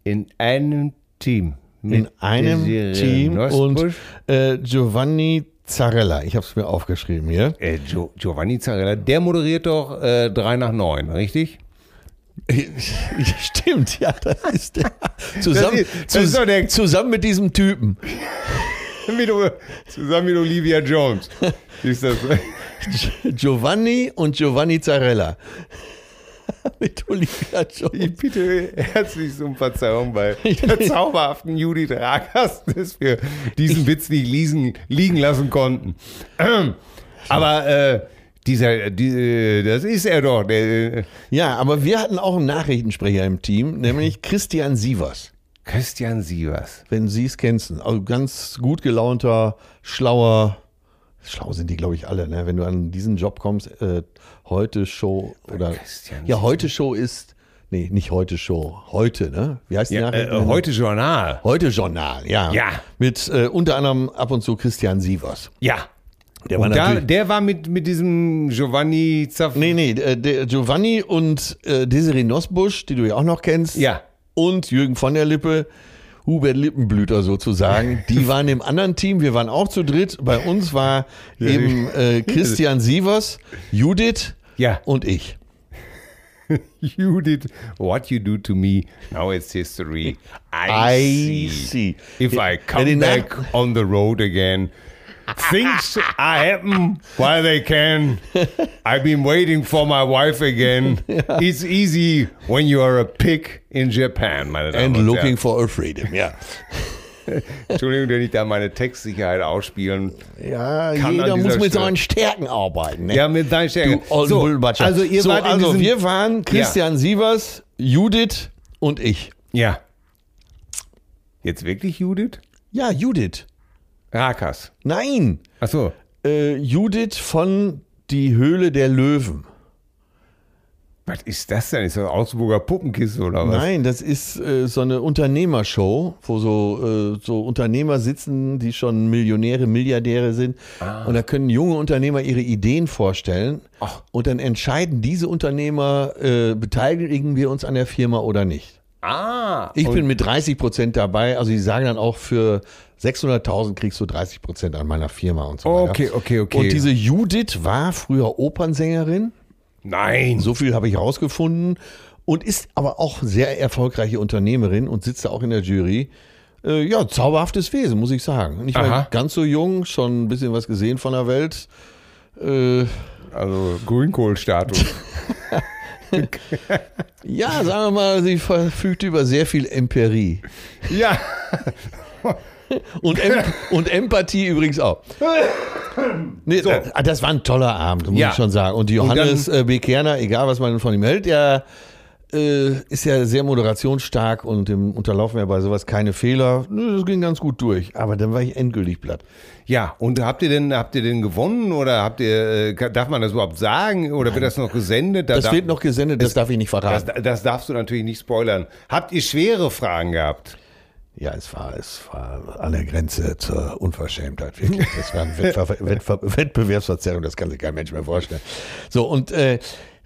[SPEAKER 3] In einem Team.
[SPEAKER 2] in einem
[SPEAKER 3] Desiree
[SPEAKER 2] Team
[SPEAKER 3] Nosbusch.
[SPEAKER 2] und äh, Giovanni Zarella. Ich habe es mir aufgeschrieben hier.
[SPEAKER 3] Äh, Gio Giovanni Zarella, der moderiert doch äh, 3 nach 9, richtig?
[SPEAKER 2] (laughs) Stimmt, ja, das ist der. Zusammen,
[SPEAKER 3] ist- das ist doch der-
[SPEAKER 2] zusammen mit diesem Typen.
[SPEAKER 3] (laughs) mit, zusammen mit Olivia (laughs) Jones. Ist das
[SPEAKER 2] Giovanni und Giovanni Zarella. (laughs) mit Olivia Jones.
[SPEAKER 3] Ich bitte herzlich um Verzeihung bei der zauberhaften Judith Rakers, dass wir diesen Witz nicht liegen, liegen lassen konnten. Ähm, Aber äh, dieser, die, äh, das ist er doch. Der, äh,
[SPEAKER 2] Ja, aber wir hatten auch einen Nachrichtensprecher im Team, nämlich Christian Sievers.
[SPEAKER 3] Christian Sievers.
[SPEAKER 2] Wenn Sie es kennst. Also ganz gut gelaunter, schlauer. Schlau sind die, glaube ich, alle. Ne? Wenn du an diesen Job kommst, äh, heute Show oder.
[SPEAKER 3] Christian
[SPEAKER 2] ja, heute Show ist. Nee, nicht heute Show. Heute, ne? Wie heißt die
[SPEAKER 3] Ja, äh,
[SPEAKER 2] Nachrichtensprecher?
[SPEAKER 3] heute Journal.
[SPEAKER 2] Heute Journal, ja.
[SPEAKER 3] Ja.
[SPEAKER 2] Mit äh, unter anderem ab und zu Christian Sievers.
[SPEAKER 3] Ja.
[SPEAKER 2] Der
[SPEAKER 3] Und da, der war mit, mit diesem Giovanni Zaff.
[SPEAKER 2] Nee, nee, äh, der Giovanni und äh, Desiree Nosbusch, die du ja auch noch kennst.
[SPEAKER 3] Ja.
[SPEAKER 2] Und Jürgen von der Lippe, Hubert Lippenblüter
[SPEAKER 3] (laughs)
[SPEAKER 2] sozusagen. Die waren im anderen Team, wir waren auch zu dritt. Bei uns
[SPEAKER 3] (laughs)
[SPEAKER 2] war eben äh, Christian Sievers, Judith
[SPEAKER 3] Ja.
[SPEAKER 2] und ich.
[SPEAKER 3] Judith, what you do to me, now it's history. I,
[SPEAKER 2] I
[SPEAKER 3] see.
[SPEAKER 2] see.
[SPEAKER 3] If
[SPEAKER 2] Wer
[SPEAKER 3] I come
[SPEAKER 2] den Nach-
[SPEAKER 3] back on the road again, Things are happen while they can. I've been waiting for my
[SPEAKER 2] (laughs)
[SPEAKER 3] wife again. It's easy when you are a pig in Japan, meine Damen
[SPEAKER 2] And
[SPEAKER 3] und
[SPEAKER 2] looking
[SPEAKER 3] Herren.
[SPEAKER 2] for a freedom, ja.
[SPEAKER 3] (laughs) Entschuldigung, wenn ich da meine Textsicherheit ausspielen.
[SPEAKER 2] Ja,
[SPEAKER 3] Kann an
[SPEAKER 2] jeder
[SPEAKER 3] dieser
[SPEAKER 2] muss mit
[SPEAKER 3] Stelle.
[SPEAKER 2] seinen Stärken arbeiten. Ne?
[SPEAKER 3] Ja, mit deinem Stärken.
[SPEAKER 2] Olden
[SPEAKER 3] So,
[SPEAKER 2] Bullenbatscher.
[SPEAKER 3] also ihr
[SPEAKER 2] so,
[SPEAKER 3] wart in
[SPEAKER 2] also
[SPEAKER 3] diesem,
[SPEAKER 2] wir waren Christian Sievers, Judith und ich.
[SPEAKER 3] Ja. Jetzt wirklich Judith?
[SPEAKER 2] Ja, Judith.
[SPEAKER 3] Rakas.
[SPEAKER 2] Nein,
[SPEAKER 3] Ach so.
[SPEAKER 2] äh, Judith von Die Höhle der Löwen.
[SPEAKER 3] Was ist das denn? Ist das Augsburger Puppenkiste oder was?
[SPEAKER 2] Nein, das ist äh, so eine Unternehmershow, wo so, äh, so Unternehmer sitzen, die schon Millionäre, Milliardäre sind. Und da können junge Unternehmer ihre Ideen vorstellen.
[SPEAKER 3] Ach.
[SPEAKER 2] Und dann entscheiden diese Unternehmer, äh, beteiligen wir uns an der Firma oder nicht.
[SPEAKER 3] Ah.
[SPEAKER 2] Ich bin mit 30 Prozent dabei. Also die sagen dann auch für 600.000 kriegst du 30 Prozent an meiner Firma und so weiter.
[SPEAKER 3] Okay, okay, okay. Hm.
[SPEAKER 2] Und diese Judith war früher Opernsängerin.
[SPEAKER 3] Nein.
[SPEAKER 2] So viel habe ich rausgefunden und ist aber auch sehr erfolgreiche Unternehmerin und sitzt da auch in der Jury. Äh, ja, zauberhaftes Wesen, muss ich sagen. Nicht
[SPEAKER 3] Aha.
[SPEAKER 2] mal ganz so jung, schon ein bisschen was gesehen von der Welt. Äh,
[SPEAKER 3] Also Grünkohlstatus.
[SPEAKER 2] ja, sagen wir mal, sie verfügt über sehr viel Empirie.
[SPEAKER 3] (laughs) ja.
[SPEAKER 2] Und,
[SPEAKER 3] (laughs)
[SPEAKER 2] em und Empathie übrigens auch. Nee, da- Das war ein toller Abend, muss
[SPEAKER 3] Ja.
[SPEAKER 2] ich schon sagen. Und die
[SPEAKER 3] Und
[SPEAKER 2] Johannes äh, B. Kerner, egal was man von ihm hält, der äh, ist ja sehr moderationsstark und dem unterlaufen ja bei sowas keine Fehler. Nö, Das ging ganz gut durch. Aber dann war ich endgültig platt.
[SPEAKER 3] Ja, und habt ihr denn, habt ihr denn gewonnen oder habt ihr, äh, darf man das überhaupt sagen oder wird das noch gesendet? Da
[SPEAKER 2] Das
[SPEAKER 3] darf-
[SPEAKER 2] wird noch gesendet, das darf ich nicht
[SPEAKER 3] Das,
[SPEAKER 2] verraten.
[SPEAKER 3] das darfst du natürlich nicht spoilern. Habt ihr schwere Fragen (laughs) gehabt?
[SPEAKER 2] ja, es war, es war an der Grenze zur Unverschämtheit, wirklich. Das war eine Wettver Wettver Wettbewerbsverzerrung, das kann sich kein Mensch mehr vorstellen. So, und äh,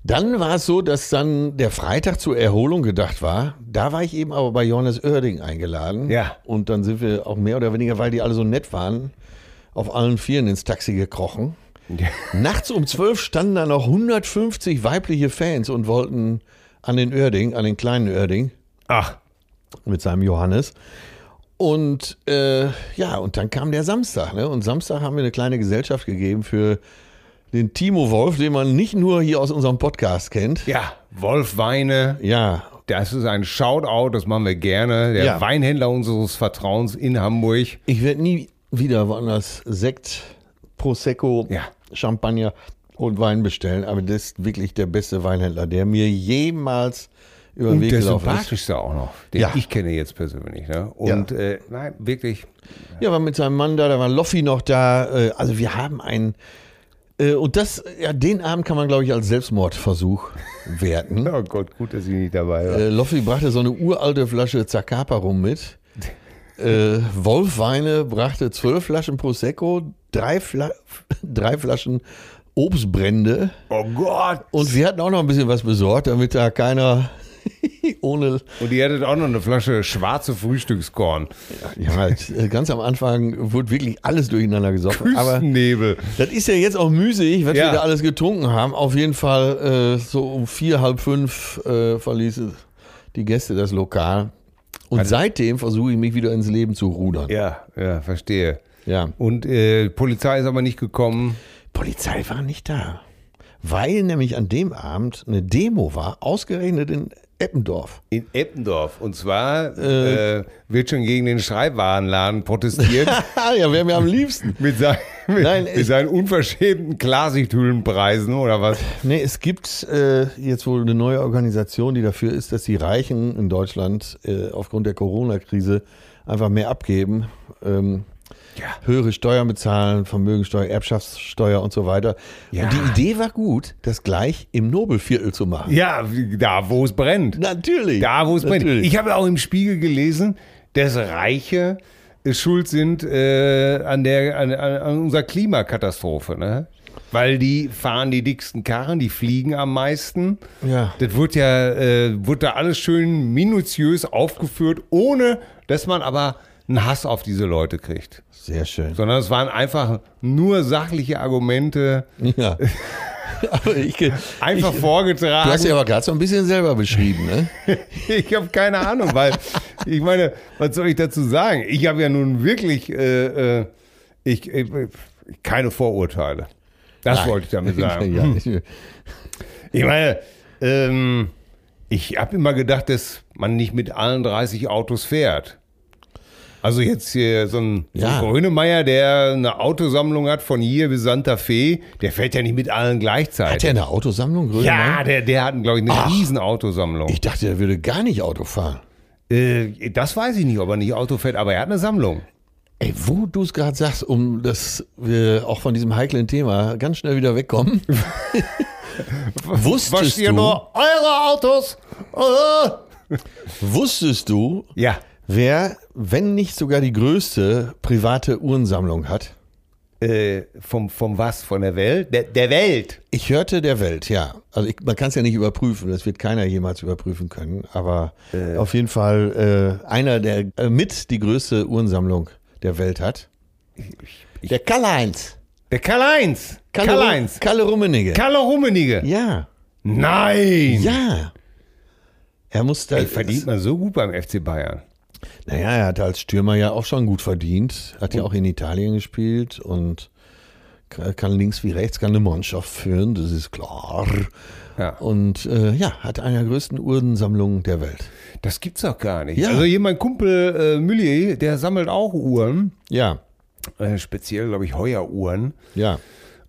[SPEAKER 2] dann war es so, dass dann der Freitag zur Erholung gedacht war. Da war ich eben aber bei Johannes Oerding eingeladen.
[SPEAKER 3] Ja.
[SPEAKER 2] Und dann sind wir auch mehr oder weniger, weil die alle so nett waren, auf allen Vieren ins Taxi gekrochen. Nachts um zwölf standen da noch 150 weibliche Fans und wollten an den Oerding, an den kleinen Oerding
[SPEAKER 3] Ach,
[SPEAKER 2] mit seinem Johannes. Und äh, ja, und dann kam der Samstag. Ne? Und Samstag haben wir eine kleine Gesellschaft gegeben für den Timo Wolf, den man nicht nur hier aus unserem Podcast kennt.
[SPEAKER 3] ja, Wolf Weine,
[SPEAKER 2] Ja,
[SPEAKER 3] das ist ein Shoutout, das machen wir gerne. Der
[SPEAKER 2] Ja.
[SPEAKER 3] Weinhändler unseres Vertrauens in Hamburg.
[SPEAKER 2] ich werde nie wieder woanders Sekt, Prosecco,
[SPEAKER 3] Ja.
[SPEAKER 2] Champagner und Wein bestellen. Aber das ist wirklich der beste Weinhändler, der mir jemals über den
[SPEAKER 3] Und
[SPEAKER 2] Weg
[SPEAKER 3] der
[SPEAKER 2] gelaufen ist.
[SPEAKER 3] sympathischste auch noch, den
[SPEAKER 2] Ja.
[SPEAKER 3] ich kenne jetzt persönlich. Ne? Und
[SPEAKER 2] Ja.
[SPEAKER 3] äh, nein, wirklich.
[SPEAKER 2] Ja, war mit seinem Mann da, da war Loffi noch da. äh, Also wir haben einen. äh, Und das, ja, den Abend kann man, glaube ich, als Selbstmordversuch (laughs) werten.
[SPEAKER 3] Oh Gott, gut, dass ich nicht dabei war.
[SPEAKER 2] Äh, Loffi brachte so eine uralte Flasche Zacapa rum mit. Äh, Wolf Weine brachte zwölf Flaschen Prosecco, drei, Fla (laughs) drei Flaschen Obstbrände.
[SPEAKER 3] Oh Gott.
[SPEAKER 2] Und wir hatten auch noch ein bisschen was besorgt, damit da keiner (laughs) ohne
[SPEAKER 3] Und ihr hättet auch noch eine Flasche schwarze Frühstückskorn.
[SPEAKER 2] ja, äh, ganz am Anfang wurde wirklich alles durcheinander gesoffen. Aber
[SPEAKER 3] Küstennebel.
[SPEAKER 2] Das ist ja jetzt auch müßig, was
[SPEAKER 3] Ja.
[SPEAKER 2] wir da alles getrunken haben. Auf jeden Fall äh, so um vier, halb fünf äh, verließen die Gäste das Lokal. Und seitdem versuche ich mich wieder ins Leben zu rudern. Ja.
[SPEAKER 3] Ja, ja, verstehe. Und äh, Polizei ist aber nicht gekommen.
[SPEAKER 2] Polizei war nicht da. Weil nämlich an dem Abend eine Demo war, ausgerechnet in Eppendorf. (laughs)
[SPEAKER 3] In Eppendorf. Und zwar äh, wird schon gegen den Schreibwarenladen
[SPEAKER 2] (laughs)
[SPEAKER 3] protestiert.
[SPEAKER 2] Ah ja, wäre mir am liebsten.
[SPEAKER 3] mit, sein, mit,
[SPEAKER 2] Nein,
[SPEAKER 3] mit
[SPEAKER 2] ich-
[SPEAKER 3] seinen unverschämten Klarsichthüllenpreisen oder was?
[SPEAKER 2] Nee, es gibt äh, jetzt wohl eine neue Organisation, die dafür ist, dass die Reichen in Deutschland äh, aufgrund der Corona-Krise einfach mehr abgeben, ähm,
[SPEAKER 3] Ja.
[SPEAKER 2] höhere Steuern bezahlen, Vermögensteuer, Erbschaftssteuer und so weiter.
[SPEAKER 3] Ja.
[SPEAKER 2] Und die Idee war gut, das gleich im Nobelviertel zu machen.
[SPEAKER 3] Ja, da wo es brennt.
[SPEAKER 2] Natürlich.
[SPEAKER 3] Da, wo es brennt.
[SPEAKER 2] Natürlich.
[SPEAKER 3] Ich habe auch im Spiegel gelesen, dass Reiche äh, schuld sind äh, an, der, an, an an unserer Klimakatastrophe. Ne? Weil die fahren die dicksten Karren, die fliegen am meisten.
[SPEAKER 2] Ja.
[SPEAKER 3] Das wird ja, äh, wird da alles schön minutiös aufgeführt, ohne dass man aber einen Hass auf diese Leute kriegt.
[SPEAKER 2] Sehr schön.
[SPEAKER 3] Sondern es waren einfach nur sachliche Argumente, (laughs)
[SPEAKER 2] Ja. aber ich, ge-
[SPEAKER 3] einfach
[SPEAKER 2] ich, Du
[SPEAKER 3] vorgetragen.
[SPEAKER 2] hast ja aber gerade so ein bisschen selber beschrieben, ne?
[SPEAKER 3] Ich habe keine Ahnung, weil ich meine, was soll ich dazu sagen? Ich habe ja nun wirklich, äh, äh, ich, äh, keine Vorurteile. Das
[SPEAKER 2] Nein.
[SPEAKER 3] wollte ich damit
[SPEAKER 2] (laughs)
[SPEAKER 3] sagen.
[SPEAKER 2] ja, ich,
[SPEAKER 3] Ich meine, ähm, ich habe immer gedacht, dass man nicht mit allen 30 Autos fährt. Also jetzt hier so ein,
[SPEAKER 2] Ja.
[SPEAKER 3] so ein Grönemeyer, der eine Autosammlung hat von hier bis Santa Fe, der fährt ja nicht mit allen
[SPEAKER 2] hat
[SPEAKER 3] gleichzeitig.
[SPEAKER 2] der eine Autosammlung, Grönemeyer?
[SPEAKER 3] ja, der, der hat, glaube ich, eine
[SPEAKER 2] Ach.
[SPEAKER 3] riesen Autosammlung.
[SPEAKER 2] Ich dachte, er würde gar nicht Auto fahren.
[SPEAKER 3] Äh, das weiß ich nicht, ob er nicht Auto fährt, aber er hat eine Sammlung.
[SPEAKER 2] Ey, wo du es gerade sagst, um dass wir auch von diesem heiklen Thema ganz schnell wieder
[SPEAKER 3] (laughs)
[SPEAKER 2] wegkommen. wusstest,
[SPEAKER 3] Was ihr
[SPEAKER 2] du,
[SPEAKER 3] nur eure Autos? Äh.
[SPEAKER 2] wusstest du,
[SPEAKER 3] Ja,
[SPEAKER 2] wer, wenn nicht sogar die größte private Uhrensammlung hat?
[SPEAKER 3] äh, vom, vom was? Von der Welt? Der, der Welt.
[SPEAKER 2] Ich hörte der Welt, ja. Also ich, man kann es ja nicht überprüfen, das wird keiner jemals überprüfen können. Aber
[SPEAKER 3] Äh.
[SPEAKER 2] auf jeden Fall äh, einer, der äh, mit die größte Uhrensammlung der Welt hat. der Karl-Heinz.
[SPEAKER 3] Der Karl-Heinz. Karl-Heinz.
[SPEAKER 2] Kalle Rummenigge.
[SPEAKER 3] Karl Rummenigge.
[SPEAKER 2] ja.
[SPEAKER 3] Nein!
[SPEAKER 2] Ja. Er muss da.
[SPEAKER 3] Ey, verdient man so gut beim FC Bayern.
[SPEAKER 2] Naja, er hat als Stürmer ja auch schon gut verdient. Hat ja auch in Italien gespielt und kann links wie rechts, kann eine Mannschaft führen, das ist klar.
[SPEAKER 3] Ja.
[SPEAKER 2] Und äh, ja, hat eine der größten Uhrensammlungen der Welt.
[SPEAKER 3] Das gibt's doch gar nicht.
[SPEAKER 2] Ja.
[SPEAKER 3] Also hier mein Kumpel äh, Mülli, der sammelt auch Uhren.
[SPEAKER 2] Ja,
[SPEAKER 3] Äh, speziell, glaube ich, Heueruhren.
[SPEAKER 2] ja.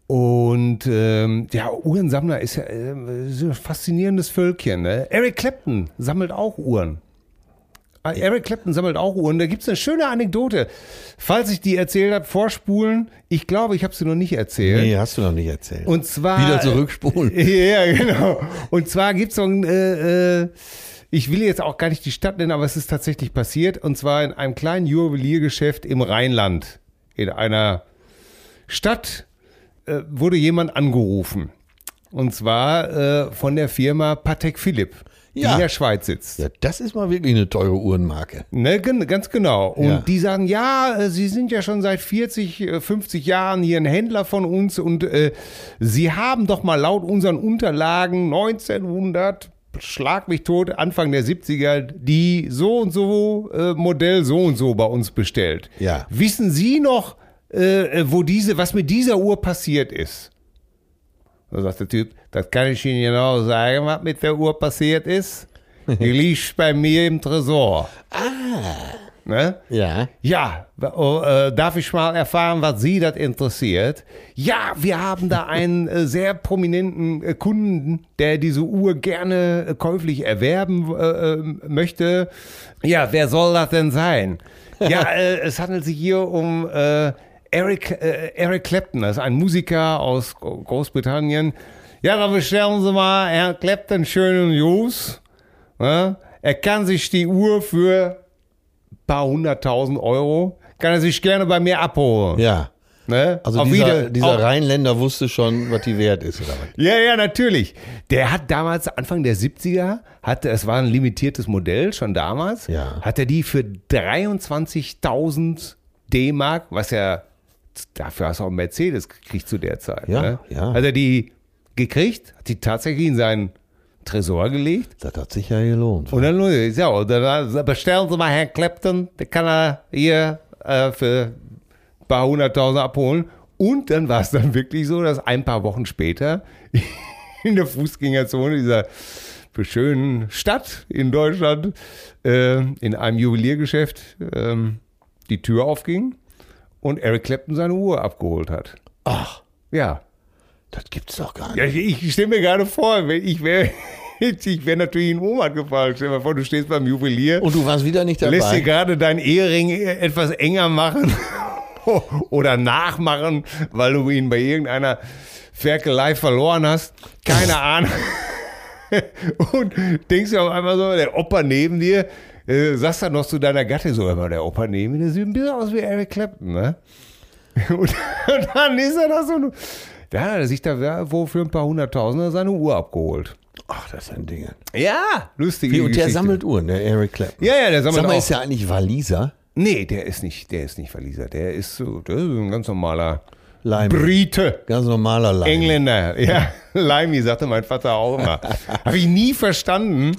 [SPEAKER 3] Und ähm, ja, Uhrensammler ist ja äh, so ein faszinierendes Völkchen. Ne? Eric Clapton sammelt auch Uhren. Äh, Eric Clapton sammelt auch Uhren. Da gibt's eine schöne Anekdote. Falls ich die erzählt habe, vorspulen. Ich glaube, ich habe sie noch nicht erzählt.
[SPEAKER 2] Nee, hast du noch nicht erzählt.
[SPEAKER 3] Und Ah, äh, zwar.
[SPEAKER 2] Wieder zurückspulen.
[SPEAKER 3] (laughs) Ja, genau. Und zwar gibt es so ein, äh, äh, ich will jetzt auch gar nicht die Stadt nennen, aber es ist tatsächlich passiert. Und zwar in einem kleinen Juweliergeschäft im Rheinland. In einer Stadt äh, wurde jemand angerufen. Und zwar äh, von der Firma Patek Philipp, die
[SPEAKER 2] Ja.
[SPEAKER 3] in der Schweiz sitzt.
[SPEAKER 2] Ja, das ist mal wirklich eine teure Uhrenmarke.
[SPEAKER 3] Ne, gen- ganz genau. Und
[SPEAKER 2] Ja.
[SPEAKER 3] die sagen, ja, äh, sie sind ja schon seit 40, äh, 50 Jahren hier ein Händler von uns und äh, sie haben doch mal laut unseren Unterlagen 1900, schlag mich tot, Anfang der 70er, die so und so äh, Modell so und so bei uns bestellt.
[SPEAKER 2] Ja.
[SPEAKER 3] Wissen Sie noch, äh, äh, wo diese, was mit dieser Uhr passiert ist? Da sagt der Typ, das kann ich Ihnen genau sagen, was mit der Uhr
[SPEAKER 2] (laughs)
[SPEAKER 3] passiert ist. Die liegt bei mir im Tresor. Ne?
[SPEAKER 2] Ja.
[SPEAKER 3] Ja, w- oh, äh, darf ich mal erfahren, was Sie das interessiert? Ja, wir haben da einen äh, sehr prominenten äh, Kunden, der diese Uhr gerne äh, käuflich erwerben äh, ähm, möchte. Ja, wer soll das denn sein? Ja, äh, es handelt sich hier um äh, Eric, äh, Eric Clapton, das ist ein Musiker aus Gro- Großbritannien. Ja, dann bestellen Sie mal Herrn Clapton schönen News. Ne? Er kann sich die Uhr für paar hunderttausend Euro, kann er sich gerne bei mir abholen.
[SPEAKER 2] Ja.
[SPEAKER 3] Ne?
[SPEAKER 2] Also
[SPEAKER 3] Auf
[SPEAKER 2] dieser,
[SPEAKER 3] Wieder-
[SPEAKER 2] dieser
[SPEAKER 3] auf-
[SPEAKER 2] Rheinländer wusste schon, was die wert ist. Oder was?
[SPEAKER 3] Ja, ja, natürlich. Der hat damals, Anfang der 70er, hatte, es war ein limitiertes Modell schon damals,
[SPEAKER 2] Ja.
[SPEAKER 3] hat er die für 23.000 D-Mark, was ja, dafür hast du auch einen Mercedes gekriegt zu der Zeit.
[SPEAKER 2] Ja,
[SPEAKER 3] ne?
[SPEAKER 2] ja.
[SPEAKER 3] Hat er die gekriegt, hat die tatsächlich in seinen Tresor gelegt
[SPEAKER 2] Das hat sich ja gelohnt.
[SPEAKER 3] Und dann, Leute, ja, und dann Also, bestellen Sie mal Herrn Clapton, der kann er hier äh, für ein paar hunderttausend abholen. Und dann war es dann wirklich so, dass ein paar Wochen später (laughs) in der Fußgängerzone dieser schönen Stadt in Deutschland äh, in einem Juweliergeschäft ähm, die Tür aufging und Eric Clapton seine Uhr abgeholt hat.
[SPEAKER 2] Ach,
[SPEAKER 3] Ja.
[SPEAKER 2] das gibt's doch gar nicht.
[SPEAKER 3] Ja, ich, ich stelle mir gerade vor, wenn ich wäre (laughs) ich wär natürlich in Ohnmacht gefallen. Stell dir mal vor, du stehst beim Juwelier,
[SPEAKER 2] Und du warst wieder nicht dabei.
[SPEAKER 3] lässt dir gerade deinen Ehering etwas enger machen (laughs) oder nachmachen, weil du ihn bei irgendeiner Ferkelei verloren hast.
[SPEAKER 2] (laughs)
[SPEAKER 3] Keine Ahnung. Und denkst dir auf einmal so, der Opa neben dir, äh, sagst dann noch zu deiner Gattin so, immer der Opa neben dir, der sieht ein bisschen aus wie Eric Clapton, ne? (laughs) Und dann ist er da so, ein- da hat er sich da wo für ein paar hunderttausender seine Uhr abgeholt.
[SPEAKER 2] Ach, das ist ein Ding.
[SPEAKER 3] Ja, lustige
[SPEAKER 2] Wie, und der
[SPEAKER 3] Geschichte.
[SPEAKER 2] sammelt Uhren, der Eric Clapton.
[SPEAKER 3] Ja, ja, der sammelt
[SPEAKER 2] Sag mal,
[SPEAKER 3] auch.
[SPEAKER 2] ist ja eigentlich Waliser.
[SPEAKER 3] Nee, der ist nicht, der ist nicht Waliser. Der ist so, der ist ein ganz normaler
[SPEAKER 2] Leim.
[SPEAKER 3] Brite.
[SPEAKER 2] Ganz normaler Leim.
[SPEAKER 3] Engländer, ja. (laughs) Limey, sagte mein Vater auch
[SPEAKER 2] (laughs)
[SPEAKER 3] immer. Habe ich nie verstanden.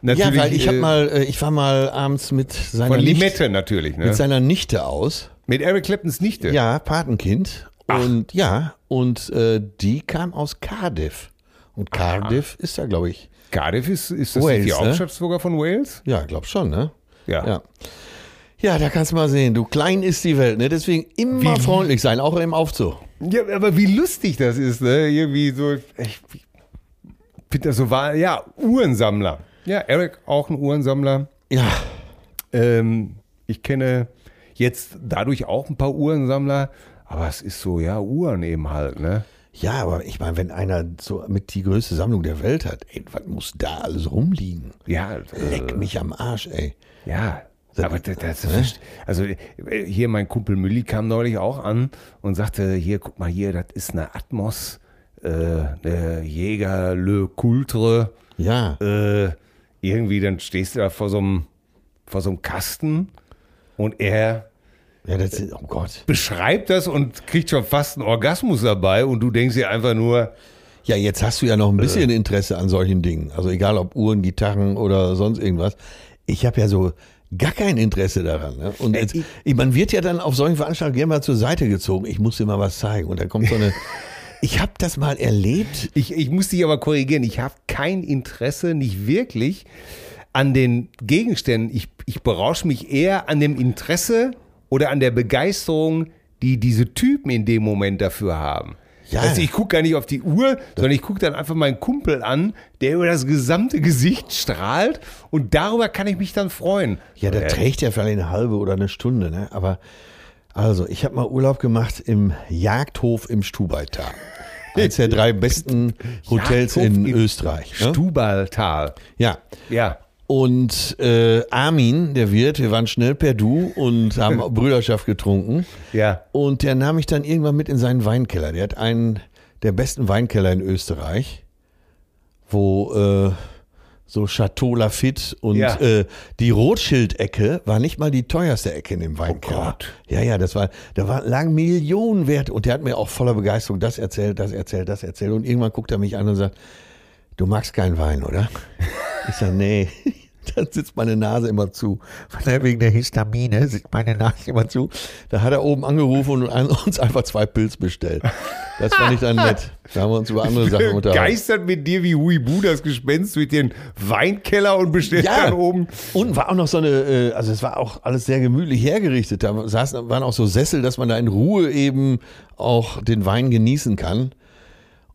[SPEAKER 2] Ja,
[SPEAKER 3] Natürlich,
[SPEAKER 2] weil ich hab
[SPEAKER 3] äh,
[SPEAKER 2] mal, äh, ich war mal abends mit seiner
[SPEAKER 3] Von
[SPEAKER 2] Nichte,
[SPEAKER 3] Limette natürlich, ne?
[SPEAKER 2] mit seiner Nichte aus.
[SPEAKER 3] Mit Eric Claptons Nichte.
[SPEAKER 2] Ja, Patenkind. Und ja, und äh, die kam aus Cardiff. Und Cardiff ist ja, glaube ich,
[SPEAKER 3] Cardiff ist, ist das
[SPEAKER 2] Wales,
[SPEAKER 3] nicht die
[SPEAKER 2] ne?
[SPEAKER 3] Hauptstadt sogar von Wales?
[SPEAKER 2] ja, glaub schon, ne?
[SPEAKER 3] Ja.
[SPEAKER 2] Ja. Ja, da kannst du mal sehen, du klein ist die Welt, ne? Deswegen immer
[SPEAKER 3] Wie-
[SPEAKER 2] freundlich sein, auch im Aufzug.
[SPEAKER 3] Ja, aber wie lustig das ist, ne? Irgendwie so. Ich finde das so wahr. Ja, Uhrensammler. Ja, Eric auch ein Uhrensammler.
[SPEAKER 2] Ja,
[SPEAKER 3] Ähm, ich kenne jetzt dadurch auch ein paar Uhrensammler, aber es ist so, ja, Uhren eben halt, ne?
[SPEAKER 2] ja, aber ich meine, wenn einer so mit die größte Sammlung der Welt hat, ey, was muss da alles rumliegen?
[SPEAKER 3] Ja, äh,
[SPEAKER 2] Leck mich am Arsch, ey.
[SPEAKER 3] ja.
[SPEAKER 2] Das-
[SPEAKER 3] Aber das, das, also äh, hier mein Kumpel Mülli kam neulich auch an und sagte, hier, guck mal hier, das ist eine Atmos, äh, eine Jäger Le Coultre.
[SPEAKER 2] Ja,
[SPEAKER 3] äh, irgendwie, dann stehst du da vor so einem, vor so einem Kasten und er
[SPEAKER 2] ja, das ist, oh Gott.
[SPEAKER 3] beschreibt das und kriegt schon fast einen Orgasmus dabei und du denkst dir einfach nur,
[SPEAKER 2] Ja, jetzt hast du ja noch ein bisschen Interesse an solchen Dingen. Also egal ob Uhren, Gitarren oder sonst irgendwas. Ich habe ja so gar kein Interesse daran. Ne? Und jetzt, man wird ja dann auf solchen Veranstaltungen gerne mal zur Seite gezogen. Ich muss dir mal was zeigen. Und dann kommt so eine. ich habe das mal erlebt.
[SPEAKER 3] ich, ich muss dich aber korrigieren, ich habe kein Interesse, nicht wirklich, an den Gegenständen. Ich, ich berausche mich eher an dem Interesse oder an der Begeisterung, die diese Typen in dem Moment dafür haben.
[SPEAKER 2] Ja.
[SPEAKER 3] Also ich gucke gar nicht auf die Uhr, sondern ich gucke dann einfach meinen Kumpel an, der über das gesamte Gesicht strahlt und darüber kann ich mich dann freuen.
[SPEAKER 2] Ja, da
[SPEAKER 3] Äh,
[SPEAKER 2] trägt ja vielleicht eine halbe oder eine Stunde. Ne? Aber also, ich habe mal Urlaub gemacht im Jagdhof im
[SPEAKER 3] (laughs)
[SPEAKER 2] Stubaital. Eines der drei besten Hotels
[SPEAKER 3] Jagdhof
[SPEAKER 2] in
[SPEAKER 3] im
[SPEAKER 2] Österreich. Ne?
[SPEAKER 3] Stubaltal.
[SPEAKER 2] Ja.
[SPEAKER 3] Ja.
[SPEAKER 2] Und äh, Armin, der Wirt, wir waren schnell per Du und
[SPEAKER 3] (laughs)
[SPEAKER 2] haben Brüderschaft getrunken.
[SPEAKER 3] Ja.
[SPEAKER 2] Und der nahm mich dann irgendwann mit in seinen Weinkeller. Der hat einen der besten Weinkeller in Österreich, wo äh, so Chateau Lafitte und
[SPEAKER 3] Ja.
[SPEAKER 2] äh, die Rothschild-Ecke war nicht mal die teuerste Ecke in dem Weinkeller.
[SPEAKER 3] Oh Gott.
[SPEAKER 2] Ja, ja, das war, da war, lagen Millionen wert. Und der hat mir auch voller Begeisterung das erzählt, das erzählt, das erzählt. Und irgendwann guckt er mich an und sagt, du magst keinen Wein, oder? (laughs) Ich sage, nee. (laughs) Dann sitzt meine Nase immer zu. Von der- Wegen der Histamine sitzt meine Nase immer zu. Da hat er oben angerufen und an uns einfach zwei Pilz bestellt. Das fand ich dann nett. Da haben wir uns über andere Sachen unterhalten.
[SPEAKER 3] Geistert mit dir wie Huibu das Gespenst mit den Weinkeller und bestellt dann oben.
[SPEAKER 2] und war auch noch so eine, äh, also es war auch alles sehr gemütlich hergerichtet. Da saßen, waren auch so Sessel, dass man da in Ruhe eben auch den Wein genießen kann.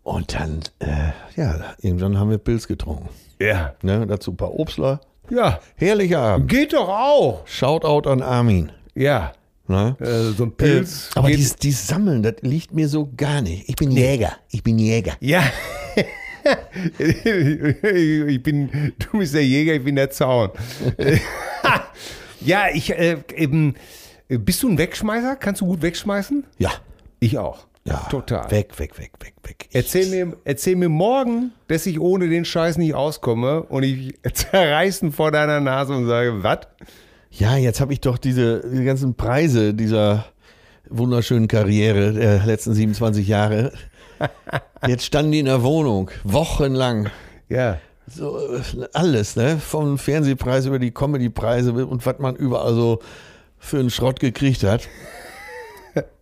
[SPEAKER 2] Und dann, äh, ja, irgendwann haben wir Pilz getrunken.
[SPEAKER 3] Ja.
[SPEAKER 2] Ne? Dazu ein paar Obstler.
[SPEAKER 3] Ja.
[SPEAKER 2] Herrlicher Abend.
[SPEAKER 3] Geht doch auch.
[SPEAKER 2] Shoutout an Armin.
[SPEAKER 3] Ja.
[SPEAKER 2] Ne?
[SPEAKER 3] Äh, so ein Pilz.
[SPEAKER 2] aber
[SPEAKER 3] geht-
[SPEAKER 2] dieses, dieses Sammeln, das liegt mir so gar nicht. Ich bin Jäger. Ich bin Jäger.
[SPEAKER 3] Ja. (laughs) ich bin, du bist der Jäger, ich bin der (laughs) Zaun. ja, ich äh, eben. äh, Bist du ein Wegschmeißer? Kannst du gut wegschmeißen?
[SPEAKER 2] Ja.
[SPEAKER 3] Ich auch.
[SPEAKER 2] Ja.
[SPEAKER 3] Total.
[SPEAKER 2] Weg, weg, weg, weg, weg. Ich-
[SPEAKER 3] Erzähl mir, erzähl mir morgen, dass ich ohne den Scheiß nicht auskomme und ich (laughs) zerreißen vor deiner Nase und sage, was?
[SPEAKER 2] Ja, jetzt habe ich doch diese, diese ganzen Preise dieser wunderschönen Karriere der letzten 27
[SPEAKER 3] (laughs)
[SPEAKER 2] Jahre. Jetzt standen die in der Wohnung, wochenlang.
[SPEAKER 3] Ja.
[SPEAKER 2] So äh, alles, ne? Vom Fernsehpreis über die Comedypreise und was man überall so für einen Schrott gekriegt hat.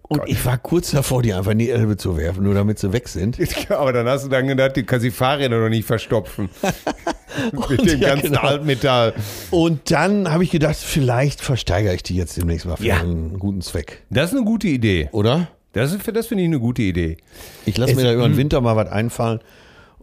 [SPEAKER 2] Und ich war kurz davor, die einfach in die Elbe zu werfen, nur damit sie weg sind.
[SPEAKER 3] (laughs) Aber dann hast du dann gedacht, du kannst die Fahrräder noch nicht verstopfen.
[SPEAKER 2] (laughs)
[SPEAKER 3] Mit dem
[SPEAKER 2] ja,
[SPEAKER 3] ganzen
[SPEAKER 2] genau.
[SPEAKER 3] Altmetall.
[SPEAKER 2] Und dann habe ich gedacht, vielleicht versteigere ich die jetzt demnächst mal für
[SPEAKER 3] Ja.
[SPEAKER 2] einen guten Zweck,
[SPEAKER 3] Das ist eine gute Idee.
[SPEAKER 2] oder?
[SPEAKER 3] Das, ist- das finde ich eine gute Idee.
[SPEAKER 2] Ich lasse mir da
[SPEAKER 3] mhm.
[SPEAKER 2] über den Winter mal was einfallen.